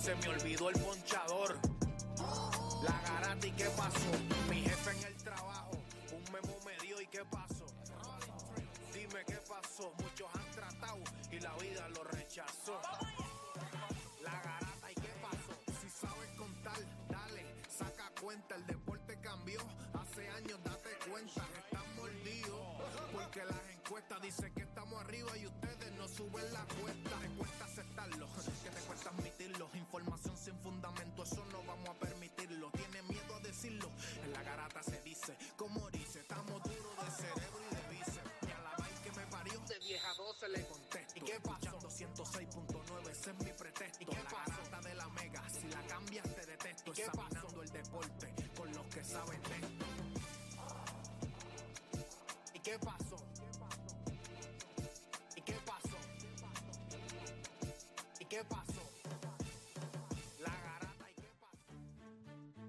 se me olvidó el ponchador. La garata y qué pasó. Mi jefe en el trabajo, un memo me dio y qué pasó. Dime qué pasó. Muchos han tratado y la vida lo rechazó. La garata y qué pasó. Si sabes contar, dale, saca cuenta. El deporte cambió. Hace años date cuenta que están mordidos. Porque las encuestas dicen que estamos arriba y ustedes no suben la cuesta. Te cuesta aceptarlo, que te cuesta admitirlo. Información sin fundamento, eso no vamos a permitirlo. Tiene miedo a decirlo. En la garata se dice, como dice, estamos duros de cerebro y de bíceps. Y a la vaina que me parió, de 10 a 12 le contesto. ¿Y qué pasó? 106.9, ese es mi pretexto. ¿Y qué la garata de la mega, si la cambias te detesto. Examinando el deporte con los que saben de esto. ¿Y qué pasó? ¿Y qué pasó? ¿Y qué pasó? La garata, ¿y qué pasó?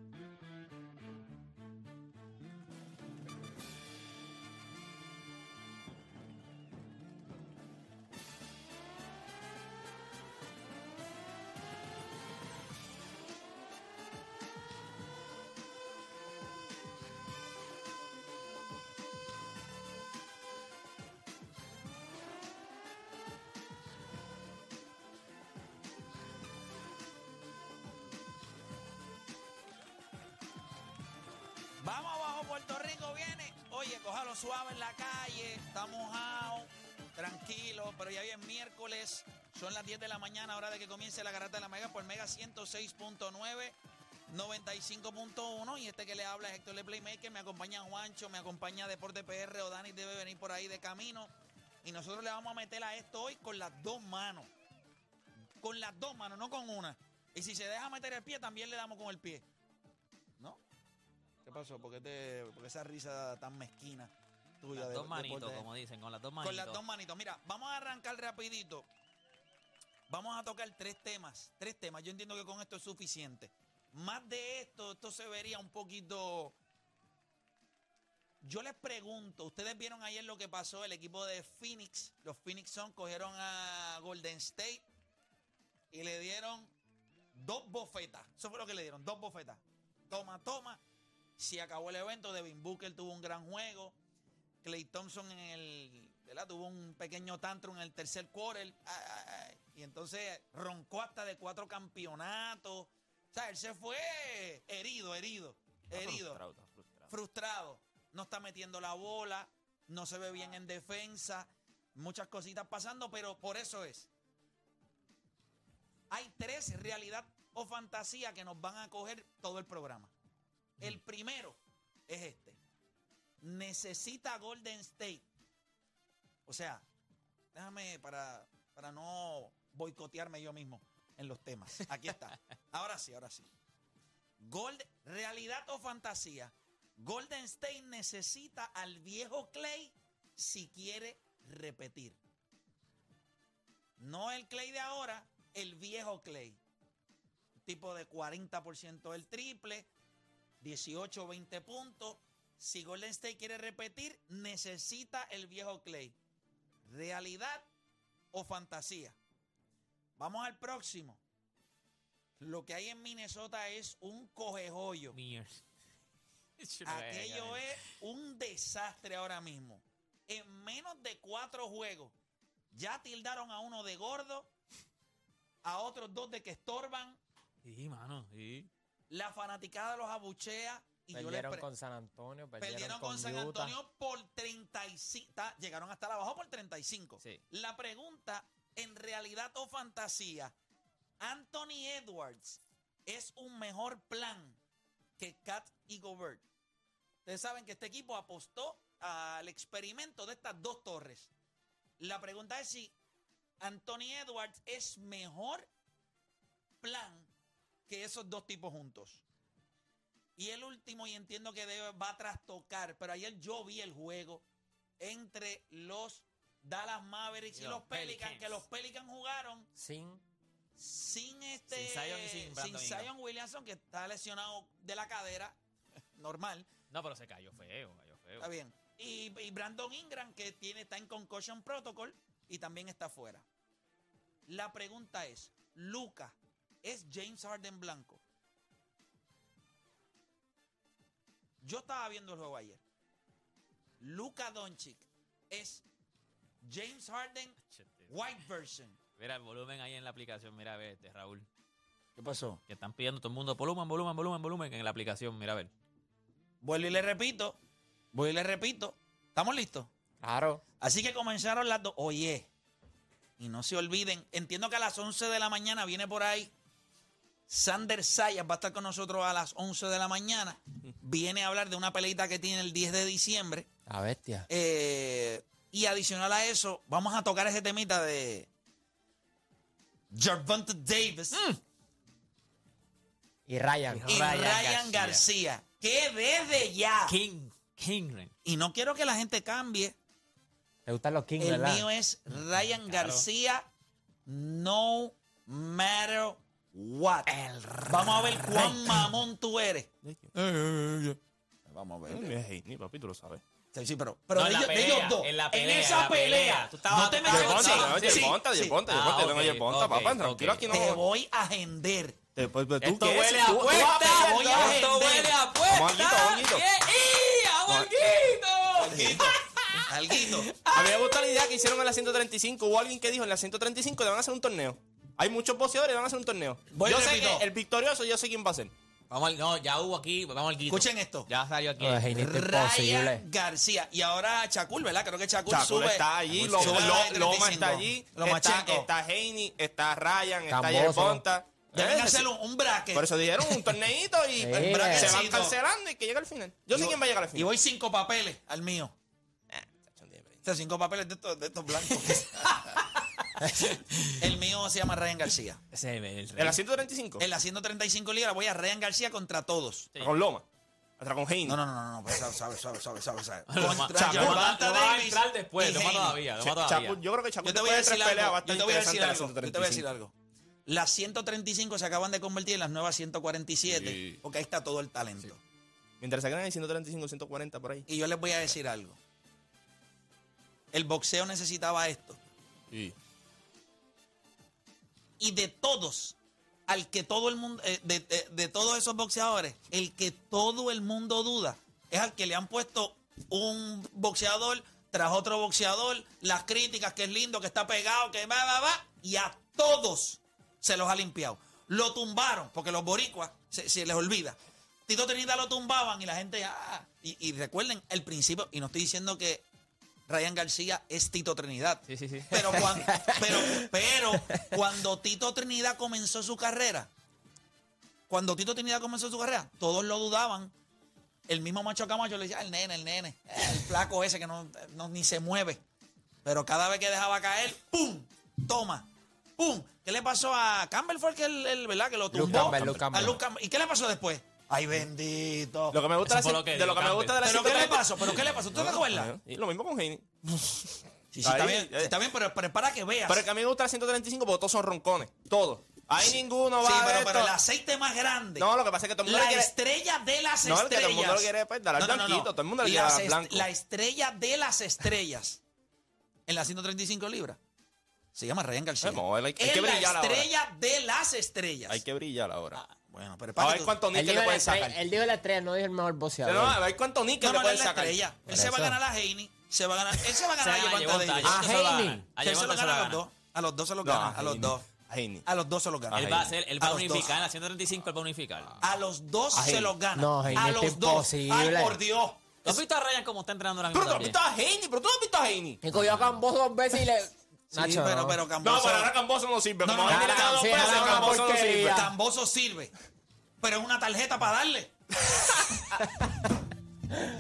Vamos abajo, Puerto Rico viene. Oye, cójalo suave en la calle, está mojado, tranquilo, pero ya bien miércoles, son las 10 de la mañana, hora de que comience la garata de la Mega por Mega 106.9. 95.1 y este que le habla es Héctor Le Playmaker, me acompaña Juancho, me acompaña Deporte PR o Dani debe venir por ahí de camino y nosotros le vamos a meter a esto hoy con las dos manos, con las dos manos, no con una. Y si se deja meter el pie también le damos con el pie. ¿No? ¿Qué pasó? ¿Por qué, te, por qué esa risa tan mezquina tuya? Las de- dos de manitos, deporte? como dicen, con las dos Con manitos. las dos manitos. Mira, vamos a arrancar rapidito. Vamos a tocar tres temas. Tres temas. Yo entiendo que con esto es suficiente. Más de esto, esto se vería un poquito. Yo les pregunto, ustedes vieron ayer lo que pasó, el equipo de Phoenix, los Phoenix Suns cogieron a Golden State y le dieron dos bofetas. Eso fue lo que le dieron, dos bofetas. Toma, toma. Se acabó el evento, Devin Booker tuvo un gran juego. Clay Thompson en el, ¿verdad? tuvo un pequeño tantrum en el tercer quarter. Ay, ay, ay. Y entonces roncó hasta de cuatro campeonatos. O sea, él se fue herido, herido, Está herido frustrado, está frustrado. frustrado, no está metiendo la bola, no se ve bien en defensa, muchas cositas pasando, pero por eso es. Hay tres realidad o fantasía que nos van a coger todo el programa. El primero es este. Necesita Golden State. O sea, déjame para, para no boicotearme yo mismo en los temas. Aquí está. Ahora sí, ahora sí. Gold, realidad o fantasía. Golden State necesita al viejo Clay si quiere repetir. No el Clay de ahora, el viejo Clay. Tipo de 40% del triple, 18, 20 puntos. Si Golden State quiere repetir, necesita el viejo Clay. ¿Realidad o fantasía? Vamos al próximo. Lo que hay en Minnesota es un cogejollo. Mears. Yo no voy a Aquello llegar. es un desastre ahora mismo. En menos de cuatro juegos, ya tildaron a uno de gordo, a otros dos de que estorban, Sí, mano, sí. la fanaticada los abuchea. Y yo les Perdieron pre- con San Antonio, perdieron, perdieron con, con San Utah. Antonio por 35. ta- Llegaron hasta la abajo por 35. Sí. La pregunta, en realidad o fantasía, Anthony Edwards es un mejor plan que Cat y Gobert. Ustedes saben que este equipo apostó al experimento de estas dos torres. La pregunta es si Anthony Edwards es mejor plan que esos dos tipos juntos. Y el último, y entiendo que debe, va a trastocar, pero ayer yo vi el juego entre los Dallas Mavericks y, Y los los Pelicans, Pelicans. que los Pelicans jugaron Sin sin este Sin Zion y sin Brandon Ingram. Zion Williamson, que está lesionado de la cadera, normal, No, pero se cayó feo, cayó feo. está bien. Y, y Brandon Ingram, que tiene, está en Concussion Protocol y también está fuera. La pregunta es, Luca es James Harden blanco. Yo estaba viendo el juego ayer. Luka Doncic es James Harden white version. Mira el volumen ahí en la aplicación, mira a ver, este, Raúl. ¿Qué pasó? Que están pidiendo todo el mundo volumen, volumen, volumen, volumen en la aplicación, mira a ver. Vuelvo y le repito. Vuelvo y le repito. ¿Estamos listos? Claro. Así que comenzaron las dos. Oye, y no se olviden, entiendo que a las 11 de la mañana viene por ahí. Sander Sayas va a estar con nosotros a las 11 de la mañana. Viene a hablar de una peleita que tiene el 10 de diciembre. La bestia. Eh, y adicional a eso, vamos a tocar ese temita de Gervonta Davis Y Ryan. y Ryan, García. Ryan García. Que desde ya. King. King. Y no quiero que la gente cambie. Te gustan los Kings, El ¿verdad? mío es Ryan García, no matter what. Vamos a ver cuán mamón tú eres. Vamos a ver. es Heidi, papi, tú lo sabes. Sí, sí, pero, pero No, de, en ellos, la de ellos pelea, dos. En, en la pelea, esa la pelea. pelea. Tú estabas- no te me Ah, metas- sí, Yerponta, sí, Yerponta, sí. Yerponta, Ah, Yerponta, yo tengo ok, Yerponta, papá, ok, tranquilo, aquí no. Te voy a agender. Te- pues, pues, ¿tú Esto qué? huele Tú- a tú apuesta. apuestas, Voy ¿no? a agender. honguito, honguito. Honguito. Alguito. A mí me gusta la idea que hicieron en la 135. Hubo alguien que dijo en la 135 le van a hacer un torneo. Hay muchos boxeadores, le van a hacer un torneo. Voy, yo sé repito. que el victorioso, yo sé quién va a ser. Vamos al, no, ya hubo aquí, vamos al guito. Escuchen esto. Ya salió aquí. Lo de Heidi está imposible. Ryan García. Y ahora Chacul, ¿verdad? Creo que Chacul, Chacul sube. está allí, Sube Lo- a la Lo- Loma 35. está allí, Loma está, Checo. está Heini, está Ryan, está Camboso. Yerponta. Deben hacer un, un bracket. Por eso dijeron un torneito Sí, y el bracket se van bracketcito. cancelando y que llega al final. Yo Y sé voy- quién va a llegar al Y final. voy cinco papeles al mío. Este, cinco papeles de estos, de estos blancos. el mío se llama Ryan García. Ese es el En la 135. En la 135 libras voy a Ryan García contra todos. Sí. Con Loma. Hasta con Heini. No, no, no, no, no, pues, sabe, sabe, sabe, sabe, sabe. Contra Chapul. Lo va Yolanda lo va a Davis. entrar después, y lo más Heine. todavía, lo más Cha- todavía. Chacul, yo creo que Chacul Yo te voy después a decir de tres peleas va a algo. estar Yo te voy a decir interesante la algo. Yo te voy a decir 135. algo. Las 135 se acaban de convertir en las nuevas 147, Sí. porque ahí está todo el talento. Mientras se quedan en 135, 140 por ahí. Y yo les voy a decir algo. El boxeo necesitaba esto. Y de todos, al que todo el mundo, eh, de, de- de todos esos boxeadores, el que todo el mundo duda es al que le han puesto un boxeador tras otro boxeador, las críticas, que es lindo, que está pegado, que va, va, va, y a todos se los ha limpiado. Lo tumbaron, porque los boricuas se, se les olvida. Tito Trinidad lo tumbaban y la gente, ah, y, y recuerden el principio, y no estoy diciendo que Ryan García es Tito Trinidad. Sí, sí, sí. Pero cuando, pero, pero cuando Tito Trinidad comenzó su carrera, cuando Tito Trinidad comenzó su carrera, todos lo dudaban. El mismo Macho Camacho le decía, "Ah, el nene, el nene, eh, el flaco ese que no, no- ni se mueve. Pero cada vez que dejaba caer, ¡pum! Toma, ¡pum! ¿Qué le pasó a Campbell? Fue el que, el, el, ¿verdad? que lo Luke tumbó. Campbell, Luke A Campbell. Luke Campbell. ¿Y qué le pasó después? ¡Ay, bendito! Lo que me Eso gusta de fue la lo que cin- de dijo lo que me gusta de la ¿Pero qué le 135. pasó? ¿Pero qué le pasó? ¿Tú te acuerdas? Y lo mismo con Heini. Sí, sí, está Ahí, bien, eh. está bien, pero, pero para que veas. Pero el que a mí me gusta la 135 porque todos son roncones. Todos. Ahí ninguno va sí, a pero, ver pero el esto. aceite más grande. No, lo que pasa es que todo el mundo la le quiere- estrella de las No, el que estrellas. todo el mundo lo quiere, pues, dar al blanquito, todo el mundo le quiere Las dar al est- blanco. La estrella de las estrellas en las 135 libras. Se llama Ryan García. Bueno, Eh, hay- hay que Es brillar la ahora. estrella de las estrellas. Hay que brillar Ah. ahora. Bueno, pero para A que ver tú- cuánto Él níquel dijo, le la pueden estrella, sacar. él dijo la estrella, no dijo el mejor No, no, a boxeador. ver cuánto níquel No, no, le no es pueden la sacar. estrella. Él Por se va a eso. ganar a Heini. Se va a ganar. Él se va a ganar a Yolanda Davis. Ah, Él se lo gana a los dos. A los dos se los gana. A los Heini. dos. A Heini. A los dos se los gana. A Él va a hacer, él va A a Ah. los dos. unificar, en la 135 él va a unificar. A los dos A se Heini. los gana. No, Heini, a esto los es dos. Ay, imposible. por Dios. ¿Tú has visto a Ryan cómo está entrenando ahora Pero mismo? tú has también? visto a Heini, pero tú no has visto a Heini. Y cogió a Camboso dos veces y le... Sí, Nacho, pero, no. pero Camboso. No, pero ahora Camboso no sirve. No, Como no, Heini le ahora da dos Camboso veces, era una Camboso no sirve. porquería. Camboso sirve, pero es una tarjeta para darle.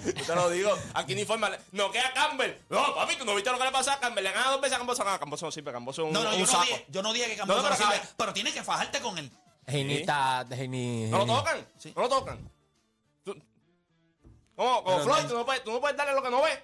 Yo te lo digo, aquí ni forma. le- No, que a Campbell. No, papi, tú no viste lo que le pasó a Campbell. Le gana dos veces a Camboso. No, Camboso no sirve. Camboso es un, No, no, un yo no, saco. dije, yo no dije que Camboso No, no, pero sirve, sabe. pero tienes que fajarte con él. Heini Sí. está... Heini- No lo Heini. tocan. No lo tocan. Tú- Como, como Pero Floyd, no- tú, no puedes, tú no puedes darle lo que no ves.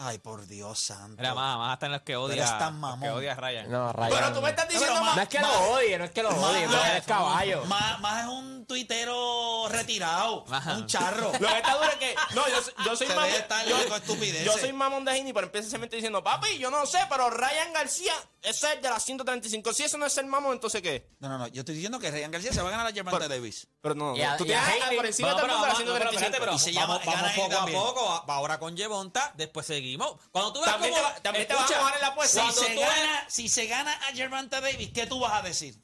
Ay, por Dios santo. Era más, más hasta en los que odia. eres tan los que mamón. odia a Ryan. No, Ryan. Pero tú me estás diciendo Pero, más. No es que lo Más- odie, no es que lo odie, Más- pero eres caballo. Más, más es un tuitero retirado, Ajá. un charro. Lo que está duro es que. No, yo, soy- yo soy Se mamón. debe estar yo, loco, estupideces. yo soy mamón de Gini, pero empieza ese mente diciendo, papi, yo no sé, pero Ryan García, ese es de las 135. Si eso no es ser mamón, entonces qué. No, no, no. Yo estoy diciendo que Ryan García se va a ganar a Germán Pero- Davis. Pero no, Y a- no, tú y a tienes Hailey. por encima de Vamos, todo el mundo de las pero vamos, pero 135. espérate, pero Y se llama- vamos, gana vamos ahí poco también. a poco. a- Ahora con Yevonta, después seguimos. Cuando tú veas También cómo- te va- también te vas a Escucha, mojar en la apuesta. Pues Si cuando se, tú veas- gana, si se gana a Gervonta Davis, ¿qué tú vas a decir?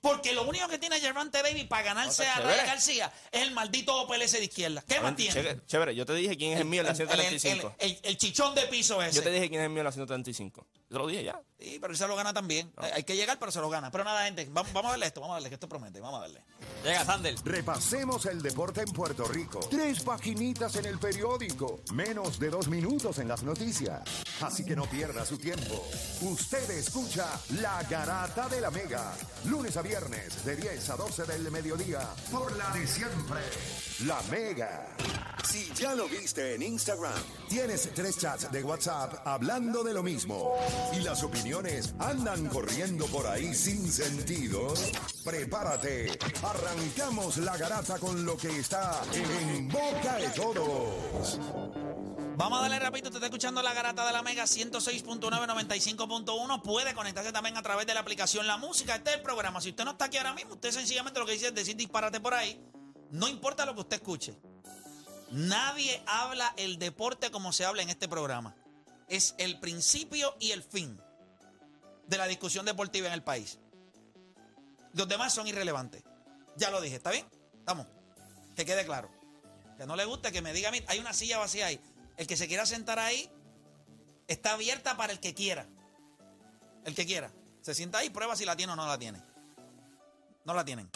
Porque lo único que tiene Gervonta Davis para ganarse está a chévere. Ryan García es el maldito OPLS de izquierda. ¿Qué más tiene? Chévere, chévere, yo te dije quién es el mío en la El- el- 135. el- el- el chichón de piso ese. Yo te dije quién es el mío en la 135. Yo te lo dije ya. Sí, pero él se lo gana también. Hay- Hay que llegar, pero se lo gana. Pero nada, gente, vamos, vamos a darle esto, vamos a darle, que esto promete, vamos a darle. Llega Sander. Repasemos el deporte en Puerto Rico. Tres paginitas en el periódico. Menos de dos minutos en las noticias. Así que no pierda su tiempo. Usted escucha La Garata de la Mega. Lunes a viernes de 10 a 12 del mediodía. Por la de siempre. La Mega. Si ya lo viste en Instagram, tienes tres chats de WhatsApp hablando de lo mismo y las opiniones andan corriendo por ahí sin sentido, prepárate. Arrancamos la garata con lo que está en boca de todos. Vamos a darle rapidito, te está escuchando la garata de la Mega 106.9, 95.1. Puede conectarse también a través de la aplicación La Música. Este es el programa. Si usted no está aquí ahora mismo, usted sencillamente lo que dice es decir disparate por ahí. No importa lo que usted escuche. Nadie habla el deporte como se habla en este programa. Es el principio y el fin de la discusión deportiva en el país. Los demás son irrelevantes. Ya lo dije, ¿está bien? Estamos. Que quede claro. Que no le gusta, que me diga a mí, hay una silla vacía ahí. El que se quiera sentar ahí está abierta para el que quiera. El que quiera. Se sienta ahí, prueba si la tiene o no la tiene. No la tienen.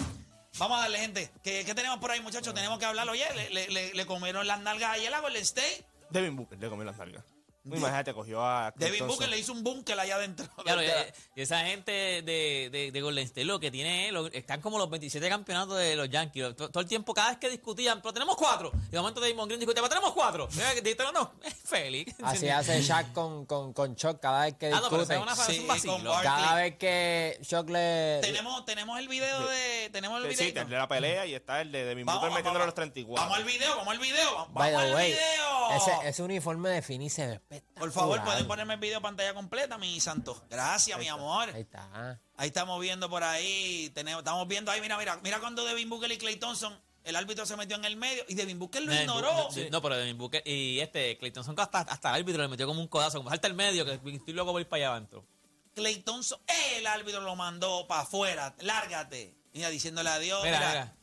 Vamos a darle, gente. ¿Qué, qué tenemos por ahí, muchachos? Tenemos que hablar. Oye, le, le- le- le comieron las nalgas ayer a Golden State. Devin Booker le comió las nalgas. Muy imagínate, cogió a. Devin Clifton Booker le hizo un búnker allá adentro. Claro, ya- y esa gente de, de, de Golden State lo que tiene es, lo- están como los 27 campeonatos de los Yankees. Lo- to- Todo el tiempo, cada vez que discutían, pero tenemos cuatro. Y de momento Damon Green discutía, pero tenemos cuatro. Mira, que dijeron, no, es Félix. Así hace Shaq con, con, con Chuck cada vez que Ah, no, pero esa es discuten. una fa- es Sí, un con vacilo. Bar- Cada vez que Chuck le... Tenemos, tenemos el video de. Tenemos el Sí, video. sí, el de la pelea y está el de Devin Vamos, Booker vamos, metiéndole vamos. los 34. Vamos al video, vamos al video. Vamos By the al way, video. ese, ese uniforme de Fini se ve espectacular. Por favor, pueden ponerme el video pantalla completa, mi santo. Gracias, mi amor. Ahí está. Ahí estamos viendo por ahí. Tenemos, estamos viendo ahí, mira, mira, mira cuando Devin Booker y Clay Thompson, el árbitro se metió en el medio y Devin Booker lo No, ignoró. no, No, pero Devin Booker y este, Clayton Son hasta, hasta el árbitro le metió como un codazo, como salta el medio, que estoy loco por ir para allá adentro. Clay Thompson, el árbitro lo mandó para afuera. Lárgate. Mira, diciéndole adiós. Mira, mira. mira.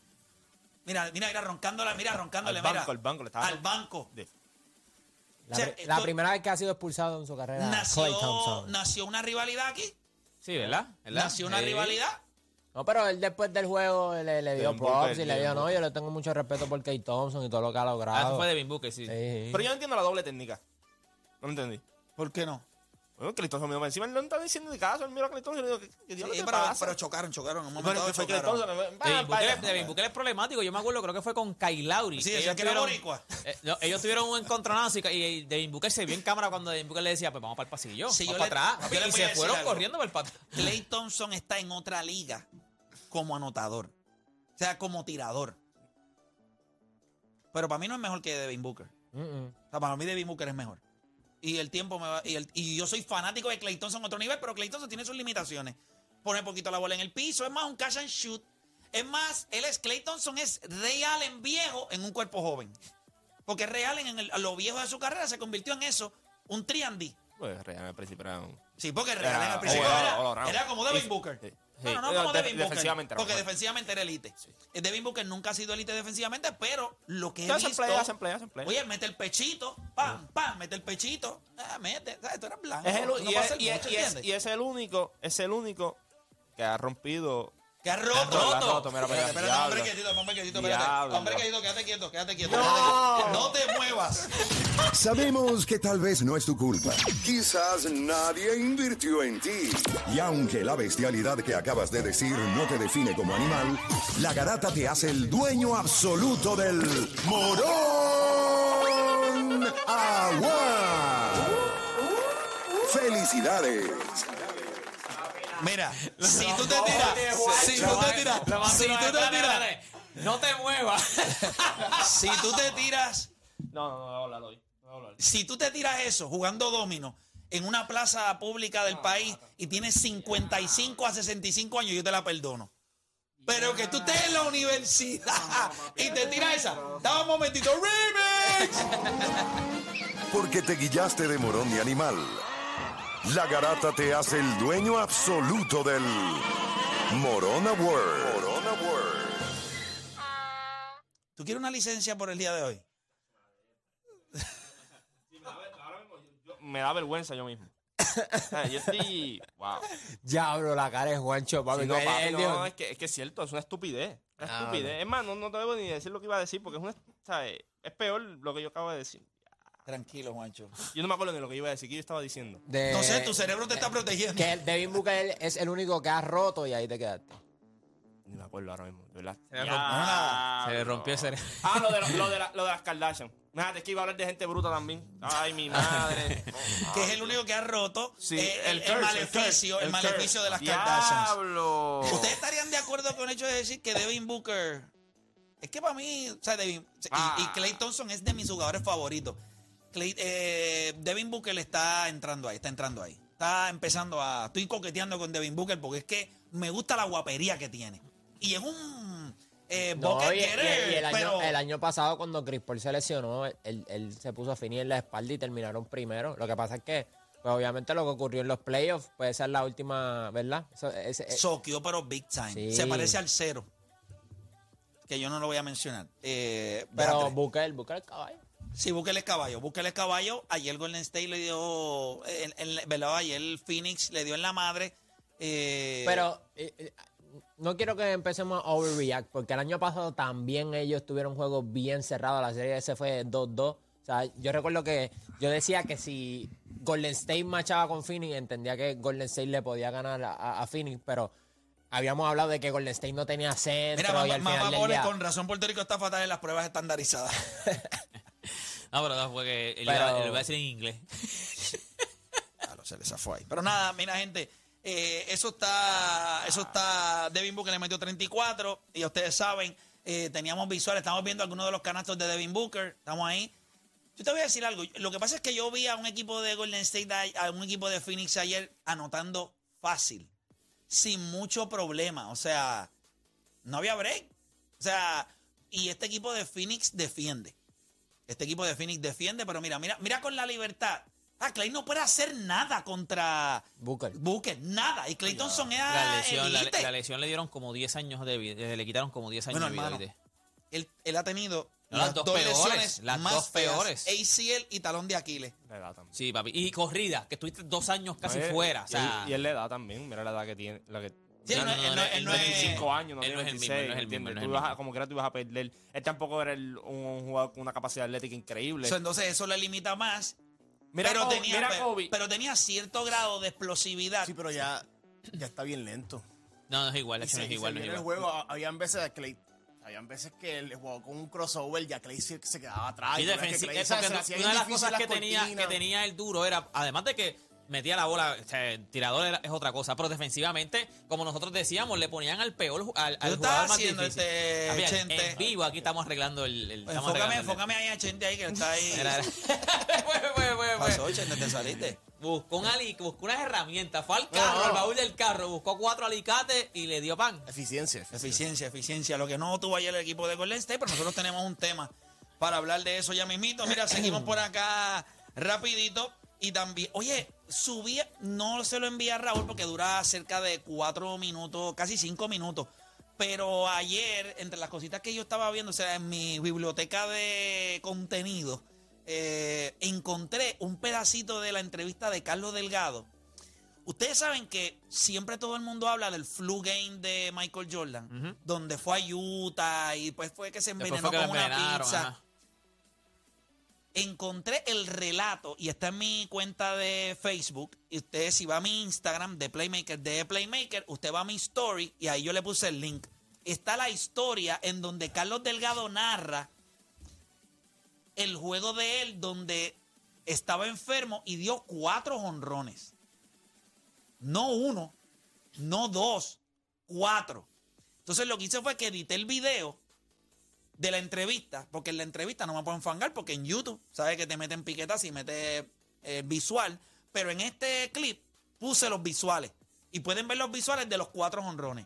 Mira, mira, mira, roncándola, mira, roncándole, Al mira. banco, al banco, le estaba- Al banco. De- La, O sea, pri- esto- la primera vez que ha sido expulsado en su carrera, Clay Nació, Thompson. nació una rivalidad aquí. Sí, ¿verdad? ¿Verdad? Nació una Sí. rivalidad. No, pero él después del juego le, le dio un golpe, props y le le dio dio, un no, golpe". yo le tengo mucho respeto por Clay Thompson y todo lo que ha Ah, eso logrado. fue Devin Booker, sí. Sí. Pero yo no entiendo la doble técnica. No lo entendí. ¿Por qué no? Bueno, Clifton se miró por encima. Él no está diciendo de caso. Él miró a Clifton y le dijo, ¿qué, qué diablos Sí, te pero, pasa? pero chocaron, chocaron. En un momento Bueno, dado que fue Ah, chocaron. Clifton, se- va, Devin va, Booker, va. Devin Booker es problemático. Yo me acuerdo, creo que fue con Kyle Lowry. Sí, Ellos decían que era tuvieron- boricua. Eh, no, ellos tuvieron un encontronazo y, y Devin Booker se vio en cámara cuando Devin Booker le decía, pues vamos para el pasillo, Sí, vamos yo le- para atrás. yo le voy y a se decir fueron algo. corriendo para el patrón. Clay Thompson está en otra liga como anotador. O sea, como tirador. Pero para mí no es mejor que Devin Booker. Mm, mm. O sea, para mí Devin Booker es mejor. Y el tiempo me va. Y, el- y yo soy fanático de Clay Thompson a otro nivel, pero Clay Thompson tiene sus limitaciones. Pone poquito la bola en el piso, es más un catch and shoot. Es más, él es Clay Thompson, es Ray Allen viejo en un cuerpo joven. Porque Ray Allen, en el- a lo viejo de su carrera, se convirtió en eso, un triandí. Pues Real al principio era un- Sí, porque Real Era en el principio all- era, all around. era como Devin Sí, Booker. sí, No, no, no sí. como De- Devin defensivamente era Booker. Porque mejor. defensivamente era elite. Eh, Devin Booker nunca ha sido elite defensivamente, pero lo que he Hacen visto... play, hacen play, hacen play. Oye, mete el pechito, pam, pam, mete el pechito. Ah, mete, ¿sabes? Tú eres blanco. Es el- tú no y vas a es- hacer y es- mucho, y es- ¿entiendes? y es el único, es el único que ha rompido. Que ha La ha roto, roto. la ha roto, mira, mira, Espérate, espérate, hombre diablo. quietito, hombre quietito, Diablo. espérate. Hombre quietito, quédate quieto, quédate quieto. No. quédate quieto. No te muevas. Sabemos que tal vez no es tu culpa. Quizás nadie invirtió en ti. Y aunque la bestialidad que acabas de decir no te define como animal, la garata te hace el dueño absoluto del morón agua. Felicidades. Mira, si tú te tiras, si tú te tiras, si tú te tiras, No te muevas. si tú te tiras, No, no, no, la doy. No, la doy. si tú te tiras eso jugando domino en una plaza pública del país y tienes 55 a 65 años, yo te la perdono. Pero que tú estés en la universidad y te tiras esa. Dame un momentito. ¡Remix! Porque te guillaste de morón de animal. La garata te hace el dueño absoluto del Morona World. Morona World. ¿Tú quieres una licencia por el día de hoy? Yo- Me da vergüenza yo mismo. O sea, yo estoy. Wow. Ya abro la cara de Juancho, papi. Sí, no, que él- papi, él no, dijo, es, que, es que es cierto, es una estupidez. Una Ah, estupidez. Es más, no, no te debo ni decir lo que iba a decir porque es una. o sea, Es peor lo que yo acabo de decir. Tranquilo, Juancho. Yo no me acuerdo ni lo que iba a decir, que yo estaba diciendo. de- Entonces tu cerebro te está protegiendo. que el- Devin Booker es el único que ha roto y ahí te quedaste. Ni me acuerdo ahora mismo, de ¿verdad? Se le rompió el cerebro. Ah, lo de, la- lo de, la- lo de las Kardashian. Nada, es que iba a hablar de gente bruta también. Ay, mi madre. que es el único que ha roto Sí, eh, el, el curse, maleficio, curse, el, curse. maleficio de las Kardashians. ¡Diablo! ¿Ustedes estarían de acuerdo con el hecho de decir que Devin Booker... Es que para mí, o sea, Devin, y- Ah. y, Clay Thompson es de mis jugadores favoritos. Klay- eh, Devin Booker le está entrando ahí, está entrando ahí. Está empezando a... Estoy coqueteando con Devin Booker porque es que me gusta la guapería que tiene. Y es un... Eh, No, bucket y, y- getter, y el, año, pero- el año pasado, cuando Chris Paul se lesionó, él, él se puso a finir en la espalda y terminaron primero. Lo que pasa es que, pues, obviamente, lo que ocurrió en los playoffs, puede ser la última, ¿verdad? Eso- ese- eh, Soquio, pero big time. Sí. Se parece al cero. Que yo no lo voy a mencionar. Eh, pero espérate. Booker, Booker el caballo. Sí, búsquele caballo, búsquele caballo. Ayer Golden State le dio, el, el- ¿verdad? Ayer Phoenix le dio en la madre. eh, Pero eh, eh, no quiero que empecemos a overreact, porque el año pasado también ellos tuvieron juegos bien cerrados. La serie se fue 2-2. O sea, yo recuerdo que yo decía que si Golden State machaba con Phoenix, entendía que Golden State le podía ganar a- a, a Phoenix, pero habíamos hablado de que Golden State no tenía centro mira, mamá, y al mamá final del pobre, día- con razón Puerto Rico está fatal en las pruebas estandarizadas. No, pero no, porque él Pero- iba- él lo iba a decir en inglés. Claro, se les zafó ahí. Pero nada, mira, gente, eh, eso está. Eso está. Devin Booker le metió 34. Y ustedes saben, eh, teníamos visuales. Estamos viendo algunos de los canastos de Devin Booker. Estamos ahí. Yo te voy a decir algo. Lo que pasa es que yo vi a un equipo de Golden State, a- a un equipo de Phoenix ayer anotando fácil, sin mucho problema. O sea, no había break. O sea, y este equipo de Phoenix defiende. Este equipo de Phoenix defiende, pero mira, mira, mira con la libertad. Ah, Clay no puede hacer nada contra Booker. Booker, nada. Y Clay Thompson era La lesión, la, elite. la lesión le dieron como 10 años de vida. eh, Le quitaron como 10 años Bueno, de vida. hermano, ¿viste? Él, él ha tenido No, las dos peores, las más dos feas, peores. ACL y talón de Aquiles. La edad también. Sí, papi. Y corrida, que estuviste dos años casi No, él- fuera. Pues, y O sea, él- Y él la edad también, mira la edad que tiene. La que, Sí, él no es- él no- él no es- 25 años, no él tiene no es el 26, mismo, él no es el ¿entiendes? mismo, él no es Tú el ibas a- mismo. como quiera tú ibas a perder. Él tampoco era el- un jugador con una capacidad atlética increíble. So, entonces eso le limita más. mira pero, Kobe, tenía, mira pero- Kobe. pero tenía cierto grado de explosividad. Sí, pero ya, ya está bien lento. No, no es igual, la Y acción se- no es y igual. No se es vio en el igual. juego, a- habían veces a Clay, habían veces que él jugó con un crossover, ya Clay se, se quedaba atrás. Y no era que defensi- Clay, eh, o sea, porque se le hacía una de las difícil cosas que tenía, cortinas. que tenía el duro era, además de que metía la bola, o sea, el tirador era- es otra cosa, pero defensivamente, como nosotros decíamos, le ponían al peor, ju- al, al Tú estás jugador más haciendo difícil. este, Papi, en- Chente. en vivo, aquí estamos arreglando el... el- estamos enfócame, arreglando el- enfócame ahí a Chente ahí que está ahí. Era- era- Fue, fue, fue, fue. Pasó, Chente, te saliste. Buscó, un ali- buscó unas herramientas, fue al carro, al baúl del carro, buscó cuatro alicates y le dio pan. Eficiencia. eficiencia. Eficiencia, eficiencia. Lo que no tuvo ayer el equipo de Golden State, pero nosotros tenemos un tema para hablar de eso ya mismito. Mira, seguimos por acá rapidito. Y también, oye, subí, no se lo envía a Raúl porque dura cerca de cuatro minutos, casi cinco minutos. Pero ayer, entre las cositas que yo estaba viendo, o sea, en mi biblioteca de contenido, eh, encontré un pedacito de la entrevista de Carlos Delgado. Ustedes saben que siempre todo el mundo habla del flu game de Michael Jordan, donde fue a Utah y pues fue que se Después envenenó fue que lo con una envenenaron, pizza. ajá. Encontré el relato y está en mi cuenta de Facebook. Y usted, si va a mi Instagram de Playmaker, de Playmaker, usted va a mi story y ahí yo le puse el link. Está la historia en donde Carlos Delgado narra el juego de él donde estaba enfermo y dio cuatro honrones. No uno, no dos, cuatro. Entonces lo que hice fue que edité el video de la entrevista, porque en la entrevista no me pueden fangar, porque en YouTube, sabes que te meten piquetas y metes eh, visual, pero en este clip puse los visuales y pueden ver los visuales de los cuatro honrones.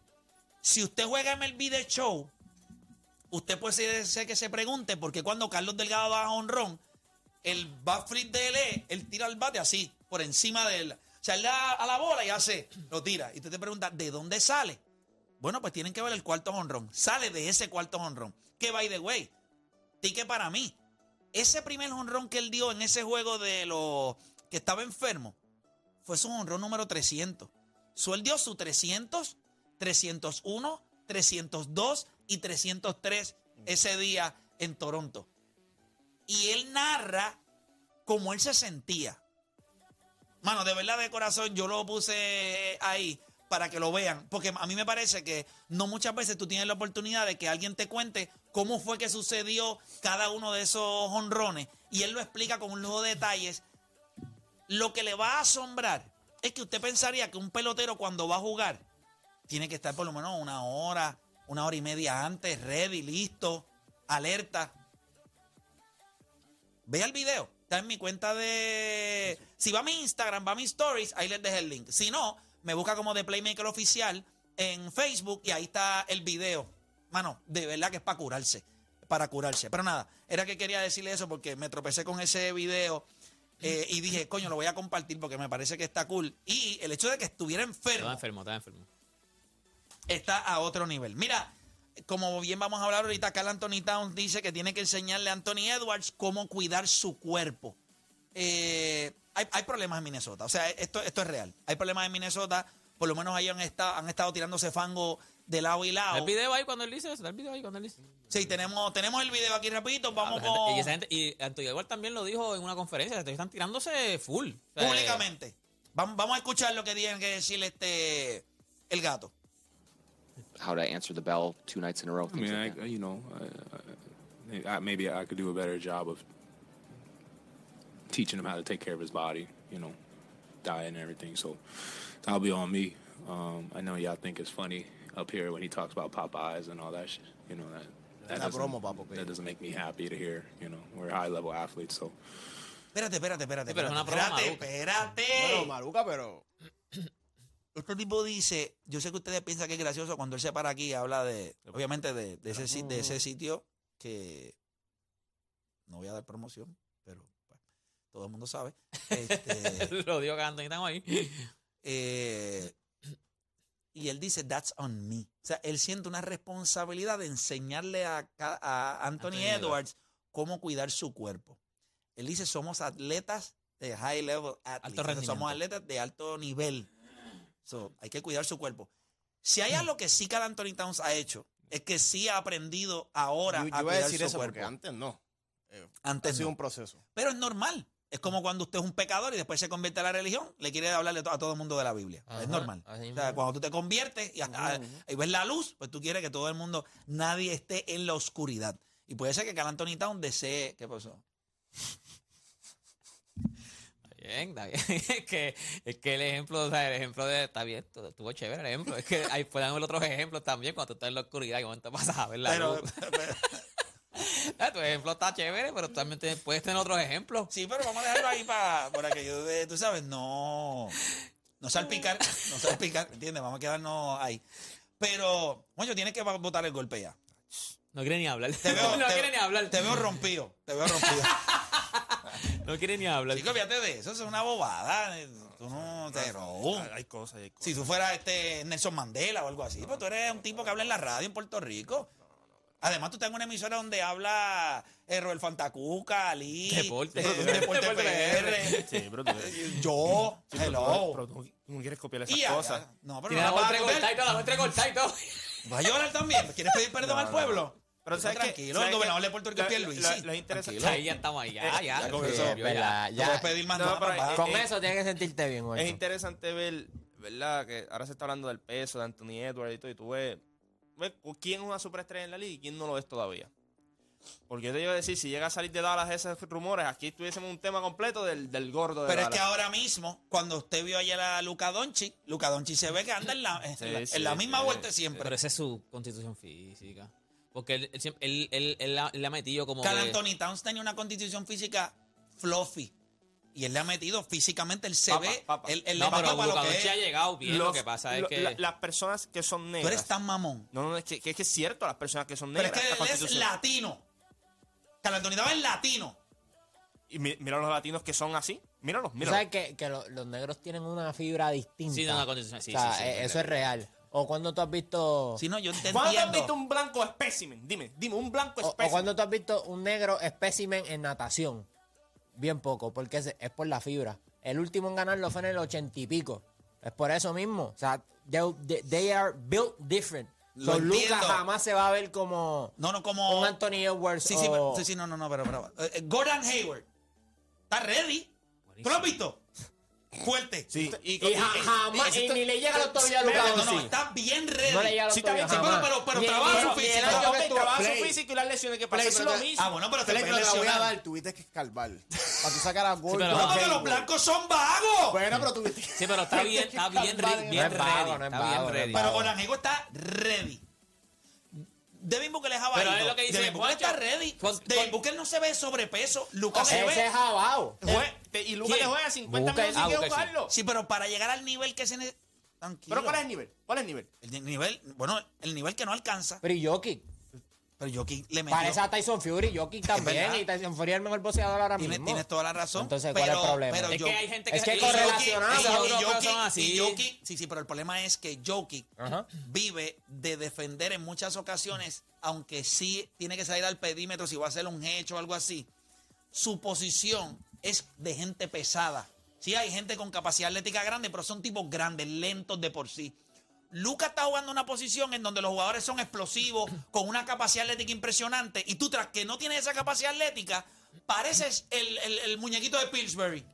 Si usted juega en el video show, usted puede ser- ser que se pregunte por qué cuando Carlos Delgado da honrón, el bat flip de él es, él tira el bate así, por encima de él. O sea, él da a la bola y hace, lo tira. Y usted te pregunta, ¿de dónde sale? Bueno, pues tienen que ver el cuarto honrón. Sale de ese cuarto honrón. Que by the way, tique para mí. Ese primer honrón que él dio en ese juego de los que estaba enfermo fue su honrón número 300. So, él dio su 300, 301, 302 y 303 ese día en Toronto. Y él narra cómo él se sentía. Mano, de verdad, de corazón, yo lo puse ahí para que lo vean. Porque a mí me parece que no muchas veces tú tienes la oportunidad de que alguien te cuente cómo fue que sucedió cada uno de esos honrones. Y él lo explica con un lujo de detalles. Lo que le va a asombrar es que usted pensaría que un pelotero cuando va a jugar tiene que estar por lo menos una hora, una hora y media antes, ready, listo, alerta. Ve el video. Está en mi cuenta de. Si va a mi Instagram, va a mis stories, ahí les dejé el link. Si no, me busca como de Playmaker Oficial en Facebook y ahí está el video. Mano, de verdad que es para curarse. Para curarse. Pero nada, era que quería decirle eso porque me tropecé con ese video eh, y dije, coño, lo voy a compartir porque me parece que está cool. Y el hecho de que estuviera Estaba enfermo enfermo, estaba enfermo. está a otro nivel. Mira, como bien vamos a hablar ahorita, Carl Anthony Towns dice que tiene que enseñarle a Anthony Edwards cómo cuidar su cuerpo. Eh, hay, hay problemas en Minnesota, o sea, esto, esto es real. Hay problemas en Minnesota, por lo menos ellos han estado, han estado tirándose fango de lado y Da Ah, lado. oh. el video ahí cuando él dice eso, da el video ahí cuando él dice. Sí, tenemos, tenemos el video aquí rapidito, Ah, vamos la gente- con- y, esa gente, y Antonio Edward también lo dijo en una conferencia, se están tirándose full. O sea, públicamente. Vamos, vamos a escuchar lo que tienen que decirle este el gato. how to answer the bell two nights in a row. I things mean, like I, you know, I, I, I, maybe I could do a better job of teaching him how to take care of his body, you know, diet and everything. So that'll be on me. Um, I know y'all think it's funny up here when he talks about Popeyes and all that shit. You know that. That La doesn't, promo, papo, que- that doesn't make me happy to hear. You know, we're high level athletes, so Espérate, espérate, espérate. Sí, pero es una prueba espérate, maluca. espérate. Bueno, Maruca, pero. Este tipo dice, yo sé que ustedes piensan que es gracioso cuando él se para aquí y habla de, obviamente, de, de ese, si- de ese sitio que no voy a dar promoción, pero bueno, todo el mundo sabe. Este, lo dio que Anthony Towns ahí. eh, y él dice, that's on me. O sea, él siente una responsabilidad de enseñarle a, ca- a Anthony, Anthony Edwards, Edwards. cómo cuidar su cuerpo. Él dice, somos atletas de high level athletes. Alto O sea, somos rendimiento. atletas de alto nivel. So, hay que cuidar su cuerpo. Si hay algo que sí Carl Anthony Towns ha hecho, es que sí ha aprendido ahora Yo, yo a iba a cuidar decir su eso cuerpo. porque antes no. Eh, Antes ha sido no. un proceso. Pero es normal. Es como cuando usted es un pecador y después se convierte a la religión, le quiere hablarle to- a todo el mundo de la Biblia. Ajá, es normal. así O mismo. sea, cuando tú te conviertes y, a- a- y ves la luz, pues tú quieres que todo el mundo, nadie esté en la oscuridad. Y puede ser que Carl Anthony Town desee. ¿Qué pasó? Está Bien, está bien. Es que, es que el ejemplo, o sea, el ejemplo de. Está bien, tu- estuvo chévere el ejemplo. Es que ahí pueden haber otros ejemplos también cuando tú estás en la oscuridad y de momento pasas a ver la Pero- luz. Ah, tu ejemplo está chévere, pero tú también te- puedes tener otros ejemplos. Sí, pero vamos a dejarlo ahí para, para que yo, de- tú sabes, no, no salpicar, no salpicar, ¿entiendes? Vamos a quedarnos ahí. Pero, bueno, tienes que botar el golpe ya. No quiere ni hablar. Te veo, no te- quiere ni hablar. Te veo rompido, te veo rompido. No quiere ni hablar. Chico, fíjate de eso, eso es una bobada. eh, Tú no te robó. hay cosas. Hay Si tú fueras este Nelson Mandela o algo así, pues tú eres un tipo que habla en la radio en Puerto Rico. Además, tú estás en una emisora donde habla eh, Roel Fantacuca, Ali, Deporte. eh, Deporte Deporte PR, Sí, pero tú, yo, hello. no quieres copiar Y habla- No, pero no Tiene la la voz vas a entrecortada copiar. y todo, la voz entrecortada y todo. Va a llorar también. ¿Quieres pedir perdón No, al no, pueblo? Pero No, sabes que- tranquilo, sabes el que gobernador de Puerto Rico es lo- Pierluisi. lo- lo interesante- Tranquilo. Ahí ya estamos ahí, ya, ya. con Sí, eso, yo ya. ¿verdad? No Ya. puedes pedir más No, nada, pero, papá. eh, Con eh, eso tienes que sentirte bien, Es Juancho. interesante ver, ¿verdad? Que ahora se está hablando del peso de Anthony Edwards y todo, y tú ves, ves quién es una superestrella en la liga y quién no lo es todavía. Porque yo te iba a decir, si llega a salir de Dallas esos rumores, aquí tuviésemos un tema completo del, del gordo de Pero es Dallas. que ahora mismo, cuando usted vio ayer a Luca Donchi, Luca Donchi se ve que anda en la, en Sí, la- en sí, la misma sí. vuelta siempre. Pero esa es su constitución física. Porque él, él, siempre- él, él- él la, le ha metido como. Carl que- Anthony Towns tenía una constitución física fluffy. Y él le ha metido físicamente, él se Papa, ve. papa. Él, él no, le pero mata para lo que Bucadonchi es. ha llegado bien. Lo, Los- que pasa es lo- que. la- las personas que son Tú negras. eres tan mamón. No, no, es que, que- que es cierto, las personas que son Pero negras. es que la él es constitución. latino. Carl Anthony Towns es latino. Y mi- mira los latinos que son así. Míralos, Tú míralos. ¿Sabes que, que lo- los negros tienen una fibra distinta? Sí, no, una condición- sí, O sea, sí, sí, eh, sí, eso es real. O cuando tú has visto... Si no, yo te ¿Cuándo has entiendo. visto un blanco espécimen? Dime, dime, pues, un blanco O, espécimen. cuando tú has visto un negro espécimen en natación. Bien poco, porque es, es por la fibra. El último en ganarlo fue en el ochenta y pico. Es por eso mismo. O sea, they, they- they are built different. Lo So, Lucas entiendo. jamás se va a ver como No, no, como. un Anthony Oh. Edwards. Sí, sí, o- pero- sí, sí, no, no, no, pero, pero. eh, eh, Gordon Hayward. Está ready. ¿Tú lo has visto? Fuerte. Sí, y, Y ja- jamás, y ni le llega a los tobillos a Pero, Lucas no, no, Doncic. está bien ready. No le llega a los Sí, está tobillos bien, sí, jamás. pero- pero Ni- trabaja ni- su ni el físico. año que el tú- trabajo Play. físico y las lesiones que Play, pasan. pero es te- lo mismo. Ah, bueno, pero te Play, puedes pero la voy a lesionar. dar, tuviste que escarbar. Para tú sacar a Gordon. pero- No, porque Hayward. los blancos son vagos. Pues, Bueno, pero tuviste que... Sí, pero está bien, está bien, re- No es bien vago, ready. no es está bien vago, no es ready. Pero Bravo. Gordon Hayward está ready. Devin Booker es abajo. Pero es lo que dice Devin Booker Juancho. está ready. Con- Devin con- Booker no se ve sobrepeso. Lucas se Ese ve. es jabao. Jue- te- y Lucas ¿Quién? le juega 50 Busca- ah, minutos sin que Busca, sí. jugarlo. Sí, pero para llegar al nivel que se necesita. Tranquilo. Pero ¿cuál es el nivel? ¿Cuál es el nivel? El nivel, bueno, el nivel que no alcanza. Pero y Jokic. Pero yo aquí le metió. Parece a Tyson Fury. Jokic también. verdad. Y Tyson Fury es el mejor boxeador ahora Tienes, mismo. tienes toda la razón. Entonces, ¿cuál es el problema? Pero Es yo- que hay gente que. Es que y- y correlacionado. yo- Y y yo- Jokic- son así. y Jokic- sí, sí, pero el problema es que Jokic Ajá. vive de defender en muchas ocasiones, aunque sí tiene que salir al pedímetro si va a hacer un hecho o algo así. Su posición es de gente pesada. Sí, hay gente con capacidad atlética grande, pero son tipos grandes, lentos de por sí. Luca está jugando una posición en donde los jugadores son explosivos, con una capacidad atlética impresionante, y tú, tras que no tienes esa capacidad atlética, pareces el, el- el muñequito de Pillsbury.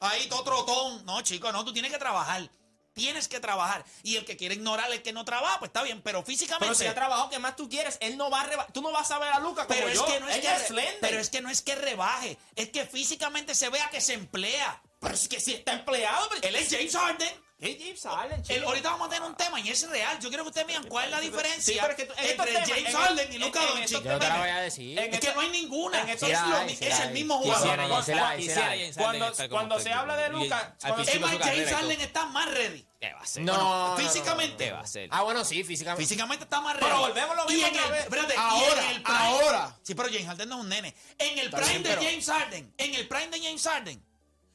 Ahí, todo trotón. No, chico, no, tú tienes que trabajar. Tienes que trabajar. Y el que quiere ignorar, el que no trabaja, pues está bien, pero físicamente. Pero si ha trabajado que más tú quieres, él no va a reba- Tú no vas a ver a Lucas como Pero es yo. que no es Él que, es slender. pero es que no es que rebaje, es que físicamente se vea que se emplea. Pero es que si está empleado, pero... Él es James Harden. ¿Qué James Allen, chico? El- ahorita vamos a tener un tema y es real. Yo quiero que ustedes vean cuál es la Sí, diferencia pero es que tú- en estos entre temas, James en- Harden y en- Luka en Doncic. Yo estos te la voy temas- a decir. en Es que estos- no hay ninguna. en Es, estos- Sí la lo hay, mi- sí es la el hay. mismo Quisiera, jugador. Cuando- quisiera, cuando- quisiera. James Harden Cuando- estar como cuando está se y- habla de y- Lucas, al cuando- Es principio más, de su carrera James y todo. Harden está más ready. Te va a hacer. No, no, no, Físicamente. Te va a hacer. Ah, bueno, sí, físicamente. Físicamente está más ready. Pero volvemos a lo Y mismo en otra el- vez. espérate, y Ahora, en el prime- ahora. Sí, pero James Harden no es un nene. En el Está prime bien, de pero- James Harden. En el prime de James Harden.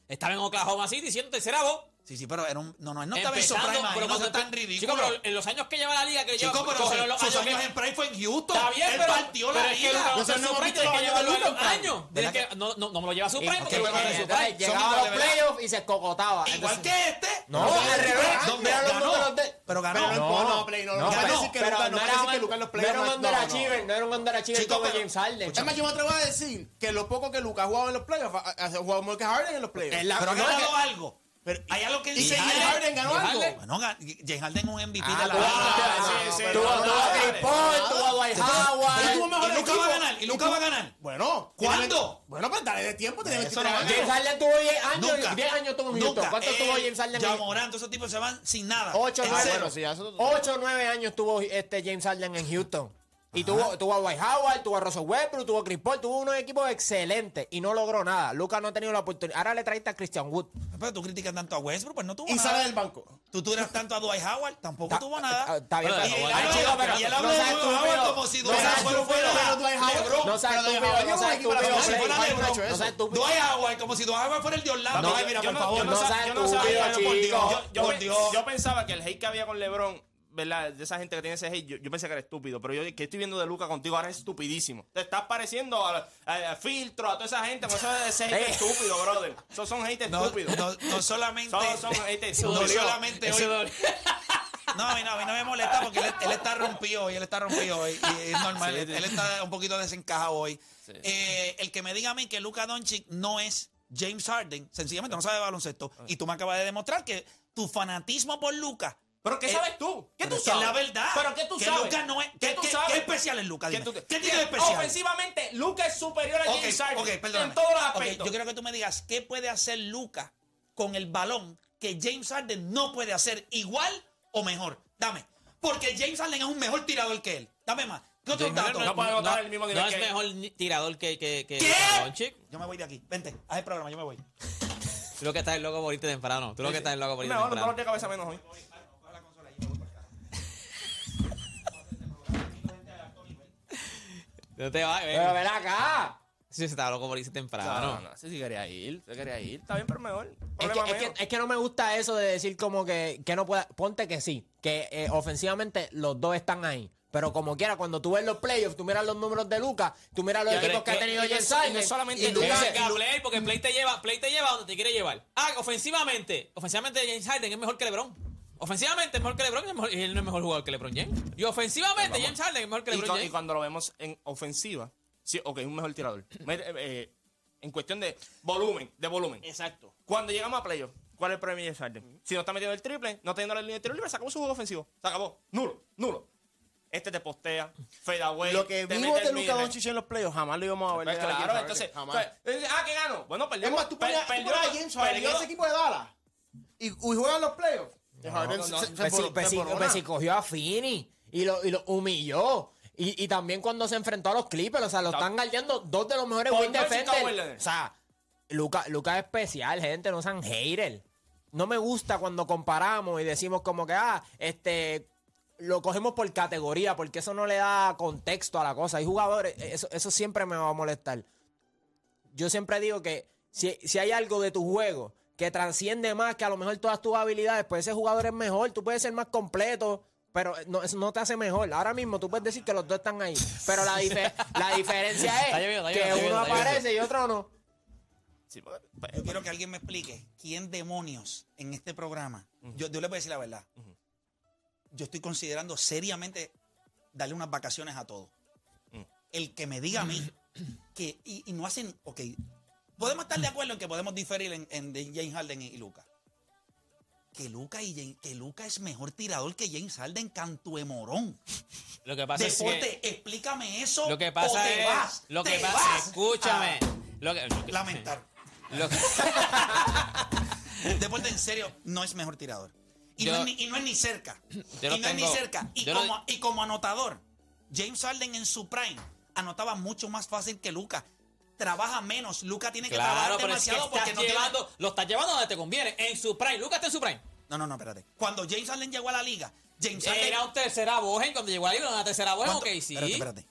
Estaba en Oklahoma City diciendo tercera voz. Sí, sí, pero era un. No, no, él no estaba en su Empezando, prime. ahí, no cuando sea tan está- ridículo. Chico, pero en los años que lleva la liga, que Chico, lleva. pero cógelo su- los sus años que- años en prime fue en Houston. Está bien, él pero. partió la pero es que liga. Luka- Nosotros en su no prime hemos tiene que visto a llevarlo Luka a los en prime. años. Tienes ¿Verdad que- No no- no me lo lleva a su prime Ok, porque lo pero lleva a su entonces prime. llegaba a los iguales, playoffs y se escogotaba. Igual Entonces- que este. No, Pero- al revés. pero- ¿Dónde eran los ganó, números de- Pero ganó. Pero no, no, Play, no, no, pero- puedes decir que pero Luka- no no puedes era decir que un- Luka en los no playoffs era un no- no, no. underachiever, no era un underachiever Chico, como pero- James Harden. Es más, yo me atrevo a decir que lo poco que Lucas ha jugado en los playoffs, ha- ha ha jugado más que Harden en los playoffs. Es la- Pero ha No, ganado que- algo. pero- Hay algo que Y dice. si James Harden ganó algo. Bueno, gan- James Harden es un MVP Ah, de la tú- liga. ah, sí, sí, Tuvo no, no, tuvo a no, Chris Paul, tuvo a Dwight Él tuvo Howard. mejor Y Luka equipo. va a ganar, y Luka tuvo- va a ganar. Bueno. ¿Cuándo? tiene- Bueno, pues dale de tiempo, tiene Eso 23 no va a años. James Harden tuvo 10 años. Nunca. 10 años tuvo Nunca. Houston. ¿Cuánto Él, tuvo James Harden? Ya Morán, todos esos tipos se van sin nada. 8 En cero. 9 Ah, sí, ya eso- 8 9 años tuvo este James Harden en Houston. Y tuvo, tuvo a Dwight Howard, tuvo a Russell Westbrook, tuvo a Chris Paul, tuvo unos equipos excelentes y no logró nada. Lucas no ha tenido la oportunidad. Ahora le traiste a Christian Wood. Pero tú criticas tanto a Westbrook, pues no tuvo Y nada. sale del banco. Tú tiras tanto a Dwight Howard, tampoco Ta- tuvo ta- nada. Está bien, Pero, pero- Y él Ay, habla- chico, pero y él habla no de seas Dwight Howard estúpido. como si No Dwight seas Howard fuera pero Dwight Howard- LeBron. No seas Pero Dwight estúpido, Howard no lleva un seas equipo estúpido. a la No final. seas Si fuera estúpido, LeBron, no seas estúpido. Dwight Howard, como si Dwight Howard fuera el de Orlando. No, Ay, mira, yo por no- favor. yo no No sab- seas yo no sabía, estúpido, por Dios. chico. Yo- yo Por pe- Dios. yo pensaba que el hate que había con LeBron, ¿verdad? De esa gente que tiene ese hate, yo, yo pensé que era estúpido. Pero yo que estoy viendo de Luca contigo ahora es estupidísimo. Te estás pareciendo a, a- a Filtro, a toda esa gente. Con eso- ese hate Eh. estúpido, brother. Esos son hate No, estúpidos. no- no solamente. Son, son hate no estúpidos. solamente Eso hoy. dolió. No, a mí no, a mí no me molesta porque él, él está rompido hoy, él está rompido hoy. y es normal, él, él está un poquito desencajado hoy. Eh, el que me diga a mí que Luka Doncic no es James Harden, sencillamente no sabe de baloncesto. Y tú me acabas de demostrar que tu fanatismo por Luca. ¿Pero qué Eh, sabes tú? ¿Qué tú pero es que sabes? Es la verdad. ¿Pero qué tú que sabes? Luka no es, ¿Qué que- tú que- sabes? que es especial es Luca? ¿Qué Dime. tú- ¿Qué tiene de especial? Ofensivamente, Luca es superior a Ok, James Harden ok, perdóname. en todos los Ok, aspectos. yo quiero que tú me digas qué puede hacer Luca con el balón que James Harden no puede hacer igual o mejor. Dame. Porque James Harden es un mejor tirador que él. Dame más. ¿Qué otros James datos? Harden No puede botar el mismo nivel no que es él. mejor ni- tirador que, que, que ¿Qué? Doncic. Yo me voy de aquí. Vente, haz el programa, yo me voy. Tú lo que estás el loco por irte temprano. Tú lo que estás el loco por irte Mejor, dolor temprano. de cabeza menos hoy. No te vas, Pero ven. ven acá. Sí, se estaba loco por irse temprano. No, no, no. Sí, sí quería ir. Sí quería ir. Está bien, pero mejor. Es que, Problema es que- menos. es que no me gusta eso de decir como que, que no pueda. Ponte que sí, que eh, ofensivamente los dos están ahí. Pero como quiera, cuando tú ves los playoffs, tú miras los números de Lucas, tú miras los Ya, equipos pero que es ha que- tenido y no James es- y no Harden. solamente y Luka, Luka- Venga, Play, porque Play te lleva, Play te lleva donde te quiere llevar. Ah, ofensivamente, ofensivamente James Harden es mejor que LeBron. Ofensivamente es mejor que LeBron, es mejor- y él no es mejor jugador que LeBron James. Y ofensivamente Vamos. James Harden es mejor que y, cu- LeBron y James. cuando lo vemos en ofensiva, sí, ok, es un mejor tirador. Mete, eh, eh, en cuestión de volumen, de volumen. Exacto. Cuando llegamos a playoff, ¿cuál es el premio de James Harden? Si no está metiendo el triple, no está yendo a la línea de tiro libre, se acabó su juego ofensivo. Se acabó. Nulo, nulo. Este te postea, fade away. Lo que te vimos mete de el Luca mid-range. Doncic en los playoffs jamás lo íbamos a ver. Pues llegar a James claro, Harden, entonces. jamás. pues, dices, ah, que gano. Bueno, perdió. Es más, tú per- pones, tú pones a perdió- James Harden en perdió- ese equipo de Dallas y, y juegan los playoffs. Harden no, se- no, se Pues sí, embor- pues se sí, emborrona. pues sí, cogió a Fini y lo, y lo humilló. Y, y también cuando se enfrentó a los Clippers, o sea, lo Está- están galdeando dos de los mejores Paul win George y Kawhi defenders. Leonard. O sea, Lucas Luca es especial, gente, no sean haters. No me gusta cuando comparamos y decimos como que, ah, este, lo cogemos por categoría, porque eso no le da contexto a la cosa. Hay jugadores, eh, eso, eso siempre me va a molestar yo siempre digo que si, si hay algo de tu juego que transciende más que a lo mejor todas tus habilidades, pues ese jugador es mejor, tú puedes ser más completo, pero no, eso no te hace mejor. Ahora mismo tú puedes decir que los dos están ahí, pero la, dife- la diferencia es Está lloviendo, está que lloviendo, uno está lloviendo. aparece y otro no. Sí, pues, pues, Yo quiero que alguien me explique quién demonios en este programa. yo, yo les voy a decir la verdad. Yo estoy considerando seriamente darle unas vacaciones a todos. Mm. El que me diga a mí que. Y, y no hacen. Ok. Podemos estar de acuerdo en que podemos diferir en, en de James Harden y Luca. Que Luca, y James- que Luca es mejor tirador que James Harden, cantuemorón. Lo que pasa es que Deporte, explícame eso. Lo que o pasa te es. vas, lo que te pasa. vas escúchame. a Lo que, lo que- Lamentar. lo que- Deporte en serio no es mejor tirador. Y, Yo- no, es ni, y no es ni cerca. Y lo no es ni tengo- cerca. Y yo lo- como, y como anotador, James Harden en su prime anotaba mucho más fácil que Luca. Trabaja menos. Luca tiene que claro, trabajar pero es que demasiado estás porque no tiene- llevando, lo estás llevando donde te conviene. En su prime. Lucas está en su prime. No, no, no, espérate. Cuando James Harden llegó a la liga, James Harden. Eh, Era un tercera voz. y Cuando llegó a la liga, era una tercera voz. ¿Cuánto- Ok, sí. Espérate, espérate.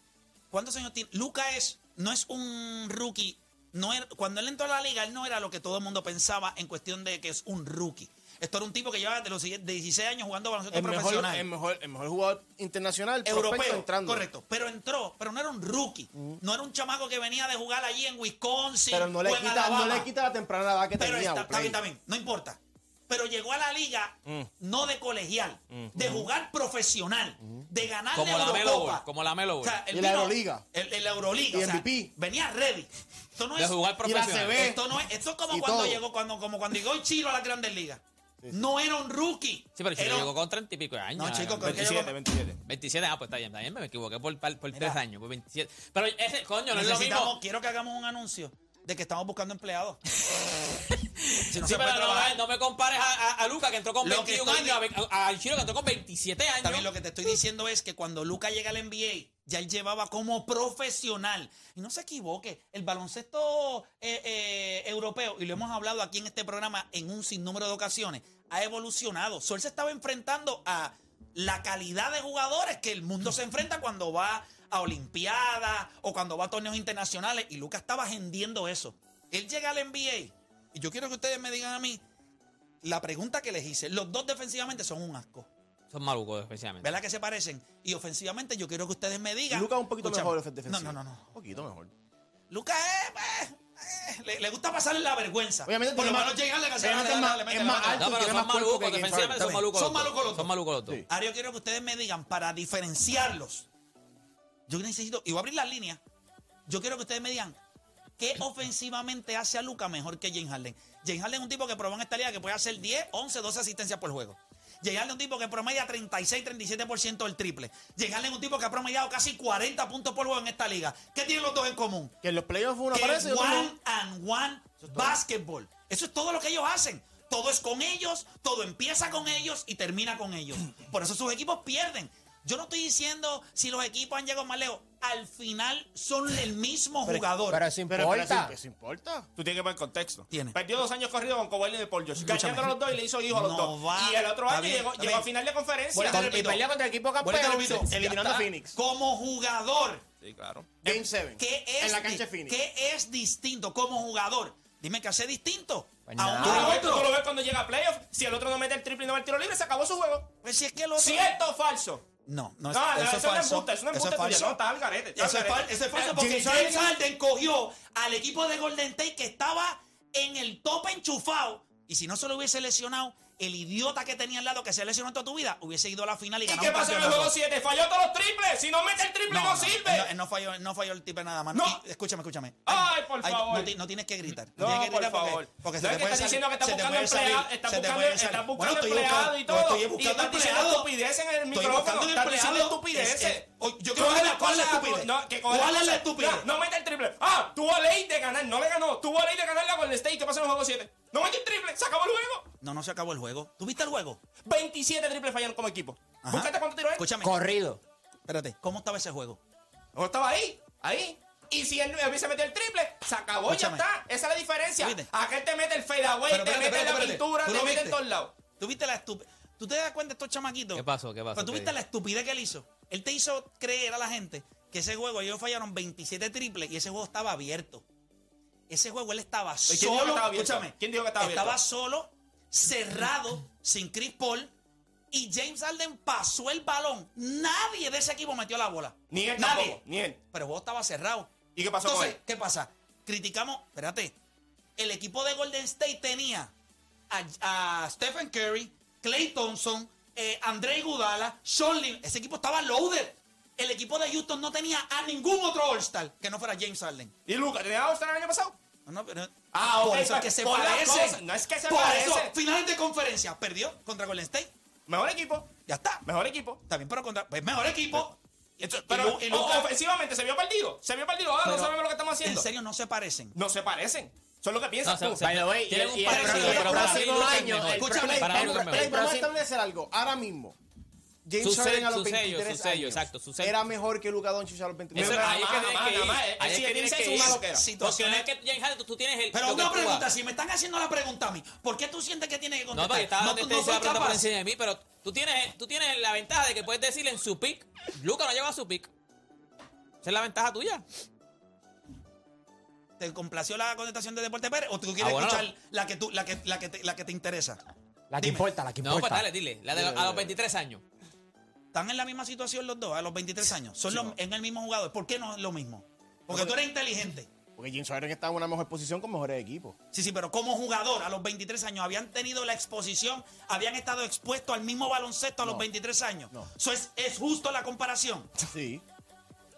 ¿Cuántos años tiene? Luca es, no es un rookie. No era- cuando él entró a la liga, él no era lo que todo el mundo pensaba en cuestión de que es un rookie. Esto era un tipo que lleva de los 16 años jugando baloncesto El mejor, profesional. el, mejor, el mejor jugador internacional prospecto europeo, entrando. correcto. Pero entró, pero no era un rookie. No era un chamaco que venía de jugar allí en Wisconsin. Mm. Pero no le, o en quita, no Alabama. le quita la temprana edad que Pero tenía. está, está Play. bien, está bien, no importa. Pero llegó a la liga Mm. no de colegial, de jugar profesional, de ganar Como la la Melo Ball, Eurocopa. como la Melo O Ball. sea, él Mm. Y la vino- Euroliga. El, el Euroliga. Y o sea, MVP. venía ready. Esto no De es jugar Y la profesional. CB. esto no es, esto es como Y cuando todo. llegó, cuando, como cuando llegó Chilo a las grandes ligas. No era un rookie. Sí, pero Chile Era un- llegó con 30 y pico de años. No, chico, con- 27, 27. 27, ah, pues está bien, está bien, me equivoqué por, par- por Mira. tres años, por 27. Pero ese, coño, no es lo Necesitamos- mismo. Quiero que hagamos un anuncio de que estamos buscando empleados. Si no Sí, se puede pero no, trabajar. no me compares a, a, a Luca que entró con Lo que 21 estoy años, a, Ve- a- a Chiro que entró con 27 años. También lo que te estoy diciendo es que cuando Luca llega al NBA, ya él llevaba como profesional. Y no se equivoque, el baloncesto eh, eh, europeo, y lo hemos hablado aquí en este programa en un sinnúmero de ocasiones, ha evolucionado. Sol se estaba enfrentando a la calidad de jugadores que el mundo se enfrenta cuando va a Olimpiadas o cuando va a torneos internacionales. Y Luca estaba agendiendo eso. Él llega al NBA. Y yo quiero que ustedes me digan a mí la pregunta que les hice. Los dos defensivamente son un asco. Son malucos, especialmente. ¿Verdad que se parecen? Y ofensivamente yo quiero que ustedes me digan. Luca es un poquito Escúchame. mejor defensivo. No, no, no, no. Un poquito mejor. Luca es, pues, eh, le, le gusta pasarle la vergüenza. Obviamente Por lo tiene menos más- llegan le obviamente es más- es más No, alto. pero Tiene son más cuerpo que malucos, James defensivamente Harden. son malucos. Son los dos. malucos los dos. Son malucos los dos. Sí. Ahora yo quiero que ustedes me digan para diferenciarlos. Yo necesito, y voy a abrir las líneas. Yo quiero que ustedes me digan qué ofensivamente hace a Luca mejor que James Harden. James Harden es un tipo que probó en esta liga que puede hacer 10, 11, 12 asistencias por juego. Llegarle a un tipo que promedia 36, 37% del triple. Llegarle a un tipo que ha promediado casi 40 puntos por juego en esta liga. ¿Qué tienen los dos en común? Que en los playoffs uno que aparece y otro one no. and one basketball. Eso es todo lo que ellos hacen. Todo es con ellos, todo empieza con ellos y termina con ellos. Por eso sus equipos pierden. Yo no estoy diciendo si los equipos han llegado más lejos. Al final son el mismo jugador. Pero eso Pero, pero importa. eso- eso importa. Tú tienes que ver el contexto. Tiene. Perdió dos años corridos con Kawhi Leonard y Paul George. Escúchame. Ganándole a los dos y le hizo hijo a los No dos. va. Y el otro Está año bien, llegó, está llegó a bien. final de conferencia. Vuelta al Te repito. Y pelea contra el equipo Vuelta al campeón. video. Eliminando Ya a está. Phoenix. Como jugador, Sí, claro. Game 7. ¿qué es, En la cancha de di- Phoenix. ¿qué es distinto como jugador? Dime que hace distinto. Pues a un Tú lo, nada. ves, otro. tú lo ves cuando llega a playoff. Si el otro no mete el triple y no mete el tiro libre, se acabó su juego. Pues si es que el otro. ¿Cierto o falso? No, no, No, eso, no, es eso no es falso. embuste, eso no es Eso embuste es falso. tuyo, no, está al garete, está Eso al es, fal- garete. eso es falso Eh, porque James James Harden- Harden cogió al equipo de Golden State que estaba en el tope enchufado y si no se lo hubiese lesionado, el idiota que tenía al lado que se lesionó toda tu vida hubiese ido a la final y, ¿Y ganado qué un pasó en el campeonato. juego 7? Falló todos los triples. Si no mete el triple, No, no, no, sirve. no, no falló, no falló el tipo nada más. No. Y- Escúchame, escúchame. Ay, por no favor. ti- No, tienes que gritar. No, tienes que por gritar porque- favor. Porque No, se es te que puede estás salir, diciendo que estás se te buscando puede salir, empleado, estás se te buscando- puede estás salir. buscando Bueno, estoy empleado y buscando- yo todo. Estoy Y buscando estás diciendo empleado. estupideces en el Estoy micrófono, buscando estás diciendo empleado. estupideces. Es- es- oye, Yo Este, Tú quiero ver haces cuál es la cosas- estupidez. no, que coge ¿Cuál la es la cosa- estupidez? No, no mete el triple. Ah, tuvo ley de ganar, no le ganó. Tuvo ley de ganar la Golden State. ¿Qué pasó en el juego 7? No mete el triple, se acabó el juego. No, no se acabó el juego. ¿Tuviste el juego? 27 triples fallaron como equipo. Ajá. Búscate cuánto tiró él. Escúchame. Corrido. Espérate, ¿cómo estaba ese juego? O estaba ahí, ahí. Y si él hubiese metido el triple, se acabó, Escúchame. ya está. Esa es la diferencia. ¿Viste? Aquel te mete el fadeaway, Pero te espérate, mete espérate, la espérate. pintura, ¿Tú te lo mete en viste? todos lados. ¿Tuviste la estupidez? ¿Tú te das cuenta de estos chamaquitos? ¿Qué pasó? ¿Qué pasó? Pero tú ¿Qué viste dijo? la estupidez que él hizo. Él te hizo creer a la gente que ese juego ellos fallaron 27 triples y ese juego estaba abierto. Ese juego él estaba ¿Y solo. quién dijo que estaba abierto? escúchame. ¿Quién dijo que estaba abierto? Estaba solo, cerrado, sin Chris Paul. Y James Harden pasó el balón. Nadie de ese equipo metió la bola. Ni él Nadie. tampoco, ni él. Pero el juego estaba cerrado. ¿Y qué pasó con Entonces, él? ¿qué pasa? Criticamos, espérate, el equipo de Golden State tenía a, a Stephen Curry, Clay Thompson, eh, André Gudala, Sean Lin. Ese equipo estaba loaded. El equipo de Houston no tenía a ningún otro All-Star que no fuera James Harden. ¿Y Luca tenía All-Star el año pasado? No, no, pero- Ah, por ok, eso es pero que se por la cosa- parecen. no es que se por parecen. eso, finales de conferencia, perdió contra Golden State. Mejor equipo, Ya está. mejor equipo. Está bien, pero contra pues mejor equipo. Y- Entonces, y- pero y Luka- o- ofensivamente se vio perdido. Se vio perdido. Ah, pero no sabemos lo que estamos haciendo. En serio, no se parecen. No se parecen. Son lo que No, piensas se- tú. se- tienen y- un parecido, y el próximo- pero el para mí próximo Luka es año, mejor. el Escúchame, eh, para mí Luka es el- mejor. el- Vamos a próximo- establecer algo. Ahora mismo. James Su Harden sello, a los su sello, 23 su sello, años exacto, su sello. Era mejor que Luka Doncic a los 23 Eso- Nada ahí es más, que nada tienes más, que nada ir. más. Ahí es Si que él tienes dice que es una ir. Porque loquera. no situaciones es que James Harden, tú- tú tienes el. Pero lo que una tú pregunta, haces. si me están haciendo la pregunta a mí, ¿por qué tú sientes que tienes que No, contestar? porque estaba no, no soy la pregunta por capaz. encima de mí, pero tú tienes, tú tienes la ventaja de que puedes decirle en su pick. Luca no lleva a su pick. Esa es la ventaja tuya. ¿Te complació la contestación de Deporte Pérez o tú quieres Ah, bueno, escuchar la que tú la que la que te, la que te interesa? La que Dime. importa, la que No, importa. pues dale, dile. La de lo- a los 23 años. Están en la misma situación los dos, a los 23 años. Son los- en el mismo jugador. ¿Por qué no es lo mismo? Porque tú eres inteligente. Porque James Harden estaba en una mejor posición con mejores equipos. Sí, sí, pero como jugador, a los 23 años habían tenido la exposición, habían estado expuestos al mismo baloncesto a los No. 23 años. No. Eso es, es justo la comparación. Sí.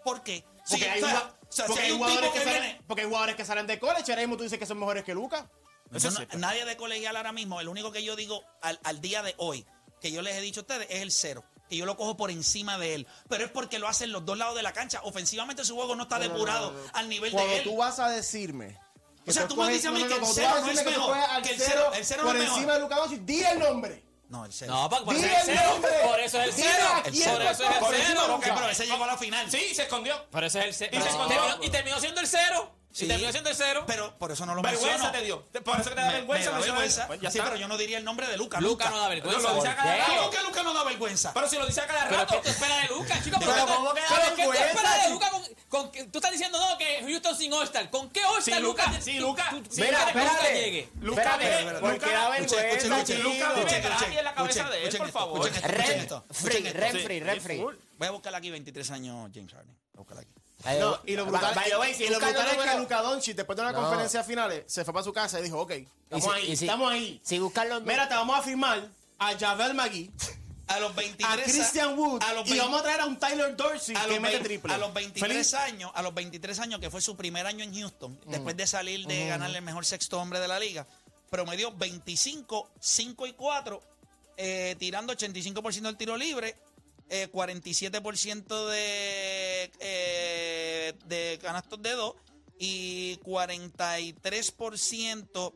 ¿Por qué? Sí, Porque hay o sea, jugua- o sea, si porque hay hay un jugadores tipo que que salen- viene- porque hay jugadores que salen de college. Ahora mismo tú dices que son mejores que Luca. Yo no- nadie de colegial ahora mismo, el único que yo digo al, al día de hoy, que yo les he dicho a ustedes, es el cero. Que yo lo cojo por encima de él. Pero es porque lo hacen los dos lados de la cancha. Ofensivamente su juego no está depurado al nivel Cuando de él. tú vas a decirme. que O sea, tú me escoges- dices a mí que el cuando tú cero vas a no es decirme que tú mejor, escoges al que el cero- el cero no por es mejor. encima de Luca Doncic, di el nombre. No, el cero. No, porque por Dile eso es el el cero. nombre. Por eso es el Dile cero. a Por eso quién es el está Por encima, cero. porque, pero ese llegó a la final. Sí, se escondió. Por eso es el cero. Y se Pero- escondió. terminó- Y terminó siendo el cero. Sí. Y terminó siendo el cero. Pero por eso no lo Vergüenza menciono. te dio. Te- Por eso que te da Me- me vergüenza. da mencionar- vergüenza. Pues ya sí, está. pero yo no diría el nombre de Luca. Luca nunca. no da vergüenza. Lo dice a cada ¿Por qué? rato. ¿Cómo que Luca no da vergüenza? Pero si lo dice a cada Pero rato. ¿qué tú esperas de Luca, chicos? Pero ¿cómo que da pero ¿qué tú vergüenza, esperas de chico? Luca? Con, con que- tú estás diciendo, no, que Houston sin All-Star. ¿Con qué Si All-Star, Luca, Luca? si tú- Luca, tú- tú si Luca, quieres que Luca espérate. llegue. Luca Espérate, ve, espérate, Luca porque da ve- vergüenza, escuchen, Luca vive gratis en la cabeza de él, por favor. Ren- free, Free, Renfrey, Renfrey. Voy a buscar aquí 23 años James Harden. Voy a buscar aquí. Ahí No, va. y lo brutal, By the way, si y lo Luka no brutal es que número- Luka Doncic, después de una No. conferencia de finales, se fue para su casa y dijo, ok, y estamos si- ahí, y si- estamos ahí. Si buscan los Mira, te vamos a firmar a Javel McGee, A los 23 a Christian Wood, a los y 20 vamos a traer a un Tyler Dorsey a que los, mete vein- triple. a los 23 Feliz. años, a los 23 años que fue su primer año en Houston, después de salir de ganar el mejor sexto hombre de la liga, promedió 25, 5 y 4 eh, tirando 85% del tiro libre, eh, 47% de, eh, de canastos de dos y 43%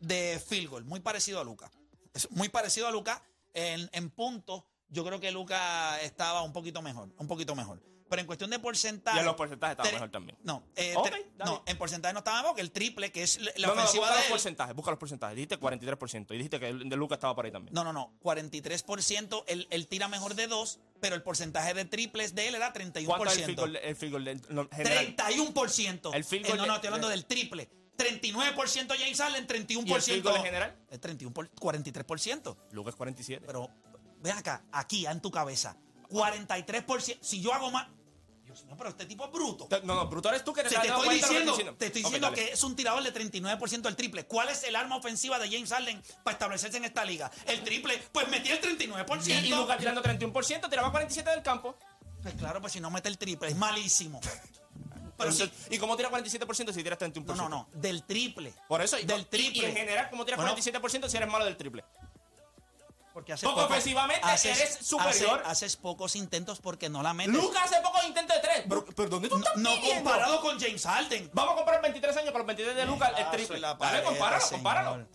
de field goal. Muy parecido a Luca. Es muy parecido a Luca en, en puntos. Yo creo que Luca estaba un poquito mejor, un poquito mejor. Pero en cuestión de porcentaje. Y en los porcentajes estaba tre- mejor también. No, eh, Ok, tre- dale. no, en porcentaje no estaba mejor que el triple, que es la- la No, no, no, ofensiva busca los de él. porcentajes, busca los porcentajes. Dijiste 43% y dijiste que el de Lucas estaba por ahí también. No, no, no. 43%, él, él tira mejor de dos, pero el porcentaje de triples de él era ¿Cuánto es el field 31%. goal, el field goal del- no, general? 31%. El field Eh, goal no, no, de- estoy hablando de- del triple. 39% James Allen, 31%. ¿Y el field goal en general? Eh, 31 por- 43%. Lucas 47. Pero ve acá, aquí, en tu cabeza. 43%. Si yo hago más... Dios mío, pero este tipo es bruto. Te- No, no, Brutal es tú que O te sea, has te, dado estoy cuenta de lo diciendo, que te estoy Ok, diciendo dale. que es un tirador de 39% del triple. ¿Cuál es el arma ofensiva de James Allen para establecerse en esta liga? El triple, pues metí el 39%. Y, y Lucas tirando 31%, tiraba 47 del campo. Pues claro, pues si no mete el triple, es malísimo. Pero sí. Entonces, ¿Y cómo tira 47% si tiras 31%? No, no, no, del triple. Por eso, y- del y- triple. Y, en general, ¿cómo tiras Bueno, 47% si eres malo del triple? porque haces poco ofensivamente eres superior. hace- haces pocos intentos porque no la metes. Lucas hace poco intento de 3. Pero, pero ¿dónde tú no, estás no midiendo? comparado con James Alden. Vamos a comparar 23 años con los 23 de Lucas, el Ah, triple. soy la Dale, pared, compáralo, señor. compáralo.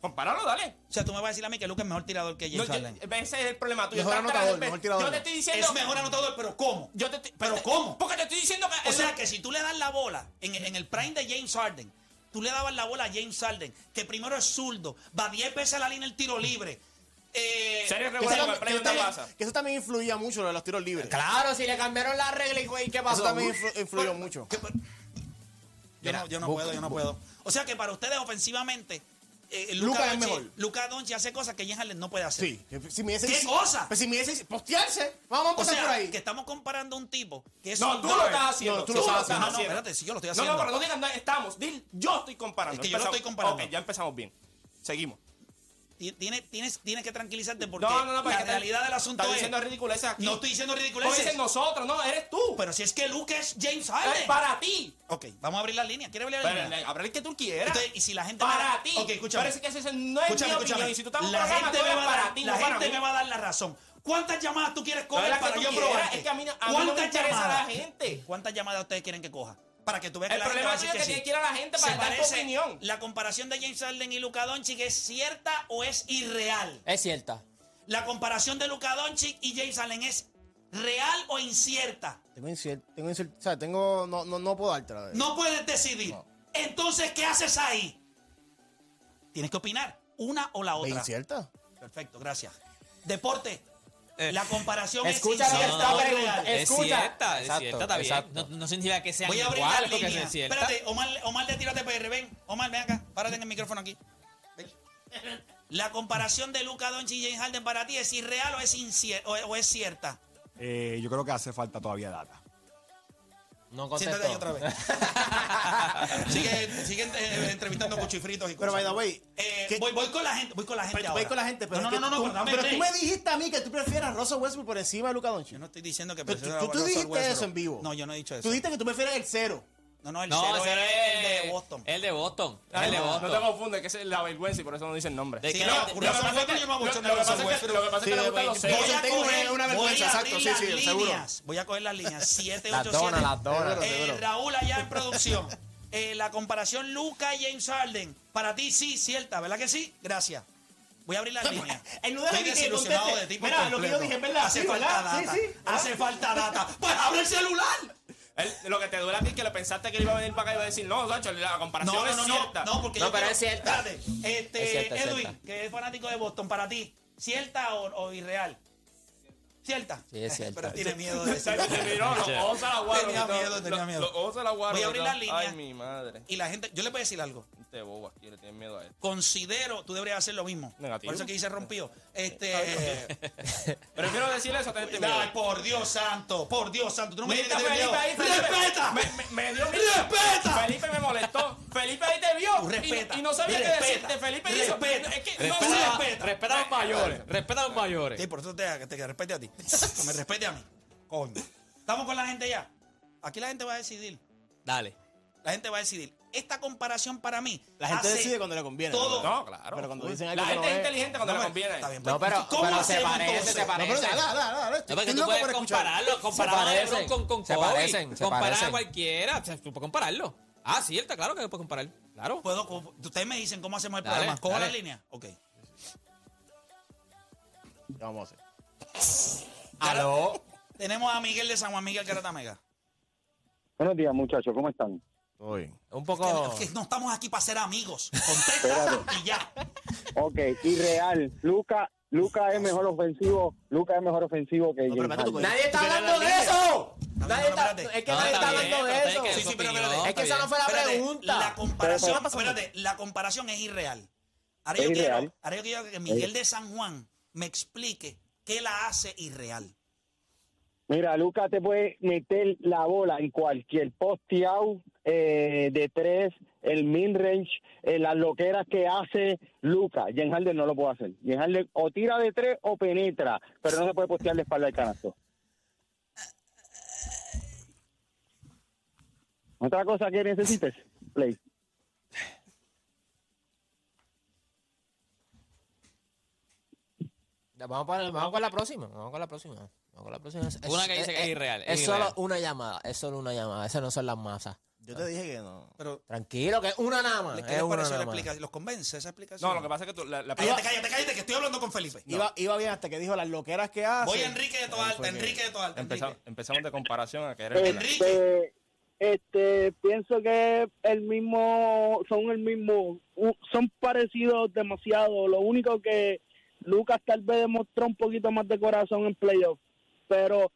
Compáralo, dale. O sea, tú me vas a decir a mí que Lucas es mejor tirador que No, James yo- Harden. ese es el problema tuyo. Mejor Estás anotador, tras- mejor tirador. Yo te estoy diciendo. Es mejor anotador, pero ¿cómo? Yo te, ¿Pero cómo? Porque te estoy diciendo que. O sea que si tú le das la bola en, en el prime de James Harden, tú le dabas la bola a James Harden, que primero es zurdo, va 10 veces a la línea el tiro libre. Eh, Series Que regulares eso, con tam- el que play eso no también, pasa. que eso también influía mucho lo de los tiros libres. Claro, si le cambiaron la regla y güey, ¿qué pasó? Eso también influ- influyó mucho. que- yo, no, yo no puedo, yo no puedo. O sea que para ustedes ofensivamente, eh, Luka Luka es Doncic- mejor. Luka Doncic hace cosas que James Harden no puede hacer. Sí. que Si me dice, ¿Qué si- cosa? Pues si me dice postearse. Vamos a O empezar por sea, ahí. que estamos comparando un tipo que es No, un tú lo guard. estás haciendo. No, tú tú lo lo estás estás Ah, no, haciendo. espérate, sí, yo lo estoy No, haciendo. no, pero no digas, no, estamos. Dil, yo estoy Es comparando. que yo no Empezamos. estoy comparando. Ok, ya empezamos bien. Seguimos. Ti- tiene- tienes, tienes que tranquilizarte porque no, no, no, la porque está- realidad del asunto está es... diciendo ridiculeces aquí. No estoy diciendo Porque ridiculeces. dicen nosotros, no, eres tú. Pero si es que Luke es James Es Harden. para ti. Ok, vamos a abrir la línea. ¿Quiere abrir la Pero, línea? le- Habrá el que tú quieras. Entonces, y si la gente me para da- ti. Ok, escúchame. Parece que eso no es mi opinión. Y si tú estás en un la programa, gente tú me eres va a dar, para ti, la no para gente mí. me va a dar la razón. ¿Cuántas llamadas tú quieres coger No es la que para tú yo quieras, probar? es que a mí no- a mí no me interesa la gente. ¿Cuántas llamadas ustedes quieren que coja? Para que tú veas que El la problema gente tuyo va a es que decir que, sí. tiene que ir a la gente Se para dar tu parece opinión. La comparación de James Harden y Luka Doncic es cierta o es irreal. Es cierta. La comparación de Luka Doncic y James Harden es real o incierta. Tengo incierto. Tengo incierto. O sea, tengo. No, no, no puedo dártela. No puedes decidir. Entonces, ¿qué haces ahí? Tienes que opinar, una o la ¿Es otra. incierta? Perfecto, gracias. Deporte. la comparación escucha es lo que incierta está o preguntando. real. Eh, Es Escucha. cierta, es Exacto, cierta, está bien. exacto. No, no significa que sean Voy a abrir la iguales porque línea. sea cierta. Espérate, Omar, Omar de tírate PR. Ven, Omar, ven acá. Párate en el micrófono aquí. Ven. La comparación de Luca Doncic y James Harden para ti es irreal o es, incie- o, o es cierta. yo creo que hace falta todavía data. No Siéntate ahí contestó. otra vez. sigue sigue, eh, entrevistando cuchifritos y cosas. Pero, by the way, Eh, ¿qué- voy, voy con la gente, voy con la gente Pero tú ahora. vas con la gente, pero no, es no, que no, no, tú- pero dame pero tú break. me dijiste a mí que tú prefieras a Russell Westbrook por encima de Luka Doncic. Yo no estoy diciendo que... Pero tú, prefiero a tú- tú Russell dijiste Westbrook. eso en vivo. No, yo no he dicho eso. Tú dijiste que tú prefieres el cero. No, no, el No, cero ese es el de Boston. El de Boston. Ay, el de no, no te Boston. confundes, que esa es la vergüenza y por eso no dicen nombre. De Sí, que no, no- lo que no- pasa es que yo me Lo abocho de que Russell pasa es que Westbrook. lo que pasa es que le gustan los Voy seis. a Tengo coger, una voy vergüenza, a exacto, abrir sí, las sí, seguro. líneas. Voy a coger las líneas. 7, Las 8, donas, las 7. donas. Eh, Raúl, allá en producción. Eh, la comparación Luca y James Harden. Para ti sí, cierta, ¿verdad que sí? Gracias. Voy a abrir las líneas. en lugar de Estoy que te desilusionado de conteste, tipo mira, lo que completo. yo dije es verdad, Hace sí, falta ¿verdad? Sí, data. sí, ¿verdad? Hace falta data. Pues abre el celular. Él- lo que te duele a ti es que lo pensaste que él iba a venir para acá y iba a decir, no, Sancho, la comparación No, no, es no, cierta. no, no, porque No, yo pero creo- es cierta. Espérate, este, Es cierta, es Edwin, cierta. que es fanático de Boston, para ti, ¿cierta o, o irreal? ¿Cierta? Sí, es cierta. pero tiene miedo de O sea, decirlo. que te miró, los ojos se la guardaron Tenía y todo. miedo, tenía Los- miedo. Los ojos se la guardaron Voy a abrir y la todo. línea. Ay, mi madre. Y la gente, yo le voy a decir algo. Este bobo aquí le tiene miedo a él. Considero, tú deberías hacer lo mismo. Negativo. Por eso que dice rompió. Este. Prefiero decirle eso a tener miedo. Ay, por Dios santo, por Dios santo. Tú no me Mira, tienes que tener Felipe, ahí, miedo. Felipe. ¡Respeta! Me, me- me dio miedo. ¡Respeta! Felipe me molestó. Felipe ahí te vio. Tú y- respeta, Y, no sabía respeta, qué decirte. Felipe hizo- respeta, Es que Respeta, no sé. respeta. respeta a los mayores. Respeta a los mayores. Sí, por eso te, que te que respete a ti. Que me respete a mí. Coño. Estamos con la gente ya. Aquí la gente va a decidir. Dale. La gente va a decidir. esta comparación para mí. La gente hace decide cuando le conviene. Todo. No, claro. Pero cuando dicen algo La que no gente es es- inteligente cuando No, le pero- conviene. está bien, No, pues, pero, ¿Cómo pero se hacemos parece, se entonces? parece. No, pero dale, dale, dale, estoy No, porque tú loco puedes por escuchar. compararlo. Comparar Se a parecen, LeBron con, con se Kobe. parecen, se comparar parecen. a cualquiera. O sea, tú puedes compararlo. Ah, sí, está claro que puedes comparar. Claro. Puedo, co- ustedes me dicen cómo hacemos el Dale, programa. ¿Cojo dale. la línea? Ok. Ya Vamos a hacer. Aló. Tenemos a Miguel de San Juan Miguel Caratamega. Buenos días, muchachos, ¿cómo están? Todo bien. Un Oh. poco. Que no estamos aquí para ser amigos. Contesta y ya. Ok, irreal. Luca, Luca es mejor ofensivo. Luca es mejor ofensivo que No, pero James espérate, Harden. tú- Nadie está tú quieres hablando la de línea. eso. No, Nadie no, está- espérate. Ah, es que No, nadie está Ah, está bien, pero hablando de tiene eso. que- Sí, sí, pero opinión, espérate. Es que está esa no bien. fue la Espérate, pregunta. La comparación, espérate, la comparación es irreal. Ahora Es yo, quiero, irreal. ahora yo quiero que Miguel de San Juan me explique qué la hace irreal. Mira, Luca te puede meter la bola en cualquier poste out eh, de tres, el mid range, eh, las loqueras que hace Luca. James Harden no lo puede hacer. James Harden o tira de tres o penetra, Ah, pero no se puede postear de espalda al canasto. Otra cosa que necesites, Play. Vamos, para- vamos con la próxima. Vamos con la próxima. Vamos con la próxima. Es- Una que dice que es irreal, es Es, solo irreal. una llamada. Es solo una llamada. Esas no son las masas. Yo te dije que no. Pero, Tranquilo, que es una nada más. ¿qué es les una pareció la nada más. explicación? ¿Los convence esa explicación? No, lo que pasa es que tú, la, la- Cállate, cállate, cállate, que estoy hablando con Felipe. Iba, iba bien hasta que dijo las loqueras que hace. Voy a Enrique de Ahí fue Toalta, que- Enrique de Toalta. empezamos, Enrique. empezamos de comparación a querer. Este, este, pienso que el mismo, son el mismo, u- son parecidos demasiado. Lo único que Lucas tal vez demostró un poquito más de corazón en playoff, pero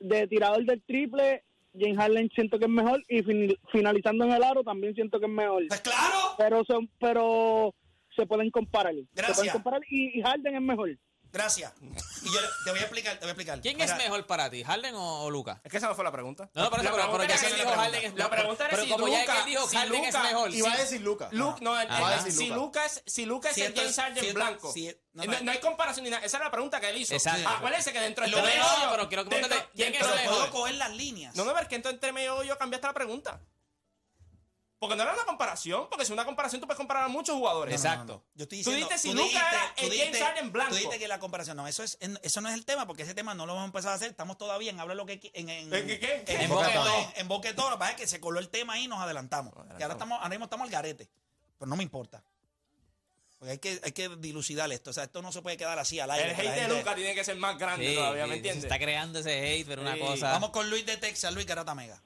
de tirador del triple, James Harden siento que es mejor y fin- finalizando en el aro también siento que es mejor. Pues claro, Pero son, pero se pueden comparar. Se Gracias. pueden comparar y, y Harden es mejor. gracias. Y yo le- te voy a explicar, te voy a explicar. ¿Quién Mira, es mejor para ti, Harden o, o Lucas? Es que esa no fue la pregunta. No, no, pero, La pero- pregunta pero ya era que él si dijo la Harden es pregunta- La pregunta era Pero si como ya que Luca- él dijo si Harden Luca- es mejor. Iba sí. a decir Luca. Luke, no, el- Ajá. el- Ah, sí, si Luca. Luca es, si Luca es el Siento- James Harden siento- blanco. eh, si- no, no, no. no hay comparación ni nada. Esa es la pregunta que él hizo. Ah, Exacto. Acuérdense que dentro del Lo veo, hoyo- pero quiero que dentro- pongas de- ¿quién es dentro- Pero mejor? puedo coger las líneas. No, no, pero es que entonces entre medio yo cambiaste la pregunta. Porque no era una comparación, porque si una comparación tú puedes comparar a muchos jugadores. Exacto. Yo estoy Tú diciendo, dijiste si tú Luka dijiste- era tú el dijiste- James Harden blanco. Tú dijiste que la comparación, no, eso es en- eso no es el tema porque ese tema no lo vamos a empezar a hacer, estamos todavía en habla lo que qui- en en ¿En qué, qué, qué? en En boque Boca todo, Todo. en Boca Todo, lo que pasa es que se coló el tema ahí y nos adelantamos. Y ahora estamos ahora mismo estamos al garete, pero no me importa. Porque hay que hay que dilucidar esto, o sea, esto no se puede quedar así al aire. El que la hate de gente- Luca tiene que ser más grande Sí, todavía, sí, ¿me Se entiendes? está creando ese hate, pero una Sí. cosa. Vamos con Luis de Texas, Luis Garata Mega.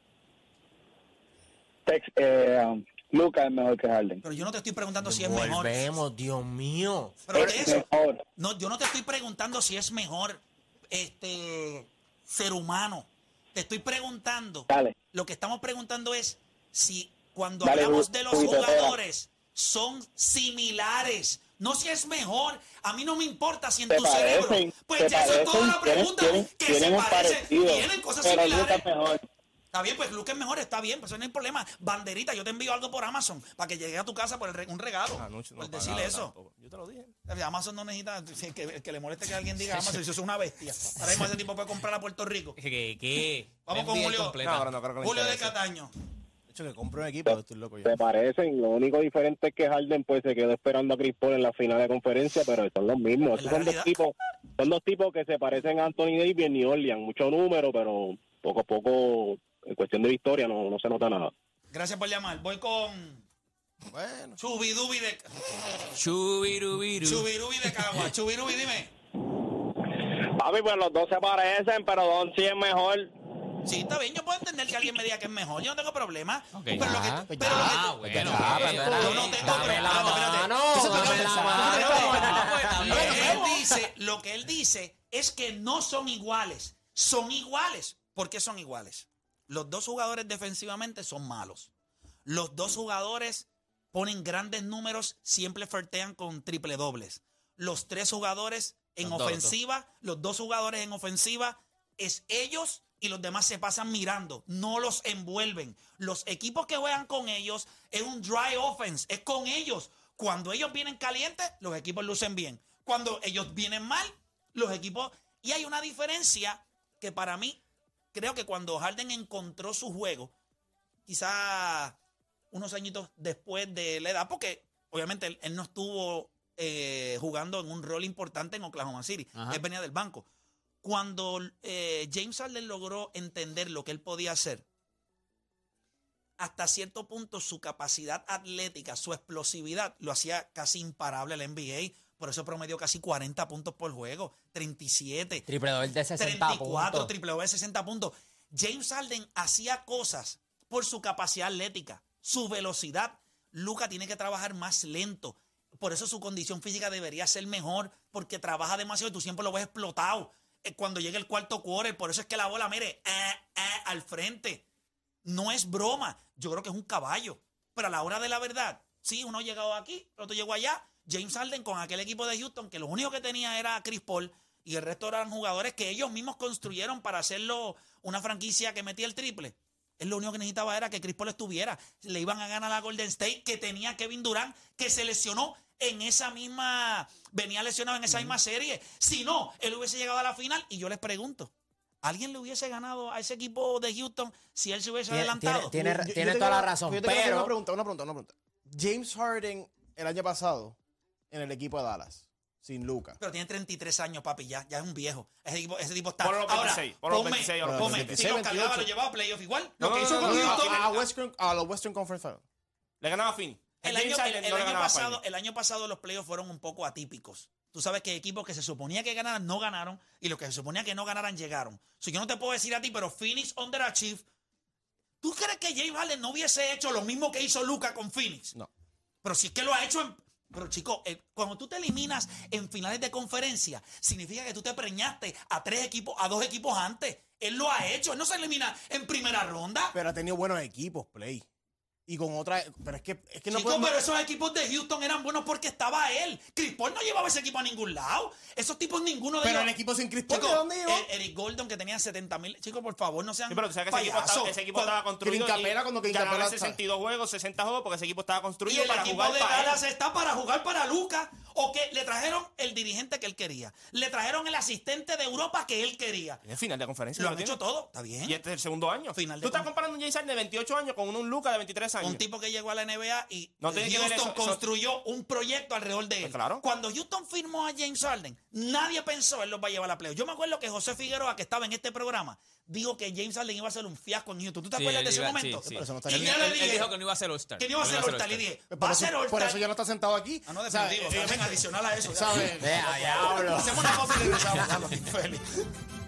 Tex, eh, um, Luca es mejor que Harden. Pero yo no te estoy preguntando si es mejor. Volvemos, Dios mío. Pero de Es eso, mejor. No, yo no te estoy preguntando si es mejor este ser humano. Te estoy preguntando. Dale. Lo que estamos preguntando es si cuando Dale, hablamos Luis, de los Luis, te jugadores son similares. No si es mejor. A mí no me importa si en Te tu cerebro. parecen, Pues te ya eso es toda parecen, la pregunta. tienen- que tienen- tienen se un parecen. parecido, Tienen cosas pero Luca similares. es mejor. Está bien, pues Luke es mejor, está bien, pues eso no hay problema. Banderita, yo te envío algo por Amazon para que llegue a tu casa por el re- un regalo. Ah, no, no por pagaba decirle eso. tampoco. Yo te lo dije. Amazon no necesita que, que- que le moleste que alguien diga Amazon, eso es una bestia. Ahora mismo ese tipo puede comprar a Puerto Rico. ¿Qué? qué? Vamos Me con envía Julio. completa. No, ahora no creo que le Julio de interese. Cataño. De hecho, que compré un equipo, yo estoy loco yo. Se parecen, lo único diferente es que Harden pues se quedó esperando a Chris Paul en la final de conferencia, pero son los mismos. En la Esos son realidad- dos tipos, son dos tipos que se parecen a Anthony Davis y Orleans, mucho número, pero poco a poco en cuestión de victoria no, no se nota nada. Gracias por llamar. Voy con Bueno. Chubidubi de Chubirubiru. Chubirubi de Cagua. Chubirubi, dime. Papi, pues los dos se parecen, pero Don sí es mejor. Sí, está bien, yo puedo entender que alguien me diga que es mejor, yo no tengo problema. Ok. Pero lo Ah, que, pues pero lo que- Ah, bueno. Ah, ok, ok. pero espérate, yo no tengo dame problema, la espérate. mano, Eso te lo- dame la Ah, mano. espérate. Ah, pues, está Lo que él bien. dice, lo que él dice es que no son iguales. Son iguales. ¿Por qué son iguales? Los dos jugadores defensivamente son malos. Los dos jugadores ponen grandes números, siempre fertean con triple dobles. Los tres jugadores en Los dos, ofensiva, los dos jugadores en ofensiva es ellos y los demás se pasan mirando, no los envuelven. Los equipos que juegan con ellos es un dry offense, es con ellos. Cuando ellos vienen calientes, los equipos lucen bien. Cuando ellos vienen mal, los equipos... Y hay una diferencia que para mí, creo que cuando Harden encontró su juego, quizá unos añitos después de la edad, porque obviamente él, él no estuvo eh, jugando en un rol importante en Oklahoma City. Él venía del banco. Cuando eh, James Harden logró entender lo que él podía hacer, hasta cierto punto su capacidad atlética, su explosividad, lo hacía casi imparable al NBA. Por eso promedió casi 40 puntos por juego, 37. Triple doble de 60 34, puntos. triple doble de 60 puntos. James Harden hacía cosas por su capacidad atlética, su velocidad. Luca tiene que trabajar más lento. Por eso su condición física debería ser mejor, porque trabaja demasiado y tú siempre lo ves explotado. Eh, Cuando llega el cuarto quarter, por eso es que la bola, mire, ah, ah, al frente. No es broma. Yo creo que es un caballo. Pero a la hora de la verdad, sí, uno ha llegado aquí, el otro llegó allá. James Harden con aquel equipo de Houston, que lo único que tenía era a Chris Paul y el resto eran jugadores que ellos mismos construyeron para hacerlo una franquicia que metía el triple. Él lo único que necesitaba era que Chris Paul estuviera. Le iban a ganar a Golden State, que tenía a Kevin Durant, que se lesionó en esa misma. Venía lesionado en esa misma serie. Si no, él hubiese llegado a la final. Y yo les pregunto: ¿alguien le hubiese ganado a ese equipo de Houston si él se hubiese Tiene- adelantado? tiene- tiene- Yo- yo tiene te toda la quiero- razón, Yo te quiero hacer pero- una pregunta, una pregunta, una pregunta. James Harden el año pasado en el equipo de Dallas, sin Luca. Pero tiene 33 años, papi, ya, ya es un viejo. Ese tipo, ese tipo está. Ponlo a los Ahora, 26, ponlo a los ponme, 26, a los ponme. 26, Si lo cargaba, 28. lo llevaba a playoff igual. No, lo que no, hizo no, con no, no, Houston- tiene- A, Western, a los Western Conference Finals. Le ganaba a Phoenix. El James año, Harden el- no el le año ganaba a Phoenix. pasado, el año pasado los playoffs fueron un poco atípicos. Tú sabes que equipos que se suponía que ganaran no ganaron y los que se suponía que no ganaran llegaron. So, yo no te puedo decir a ti, pero Phoenix underachieved. ¿Tú crees que James Harden no hubiese hecho lo mismo que hizo Luca con Phoenix? No. Pero si es que lo ha hecho en... Pero chico, eh, cuando tú te eliminas en finales de conferencia, significa que tú te preñaste a tres equipos, a dos equipos antes. Él lo ha hecho, él no se elimina en primera ronda. Pero ha tenido buenos equipos, Play. Y con otra. Pero es que, es que no Chico, podemos- pero esos equipos de Houston eran buenos porque estaba él. Chris Paul no llevaba ese equipo a ningún lado. Esos tipos ninguno de Pero ellos. el equipo Eh, sin Chris Paul, Chico, ¿de dónde iba? el- Eric Gordon que tenía 70 mil. Chicos, por favor, no sean Sí, pero tú sabes que ese equipo, payasos. estaba, ese equipo Cuando- estaba construido. Clincapela, y cuando ganaba Clincapela 62 juegos, 60 juegos, porque ese equipo estaba Y construido el para equipo jugar de para Dallas él. está para jugar para Lucas. O que le trajeron el dirigente que él quería. Le trajeron el asistente de Europa que él quería. En el final de conferencia. Lo ¿no han hecho tiene? todo. Está bien. Y este es el segundo año. Final de Tú estás con- comparando un James Harden de 28 años con un Luca de 23 años. Un tipo que llegó a la NBA y No tiene que ver Houston eso- eso- construyó un proyecto alrededor de él. Pues claro. Cuando Houston firmó a James Harden, nadie pensó él los va a llevar a la playoff. Yo me acuerdo que José Figueroa, que estaba en este programa, dijo que James Harden iba a ser un fiasco en Houston. ¿Tú te Sí, acuerdas él de ese iba- momento? sí, sí. Pero eso no está y bien. yo le Él, él dije dijo que no iba a ser All-Star. que no iba a ser All-Star. All-Star. Y dije, va Por a eso, ser por eso All-Star. ya no está sentado aquí. Ah, no, ¿Sabes? definitivo. Eh, También Ah, adicional a eso. ya. ¿Sabes? Vea, diablo. Hacemos una cosa y regresamos. Feliz.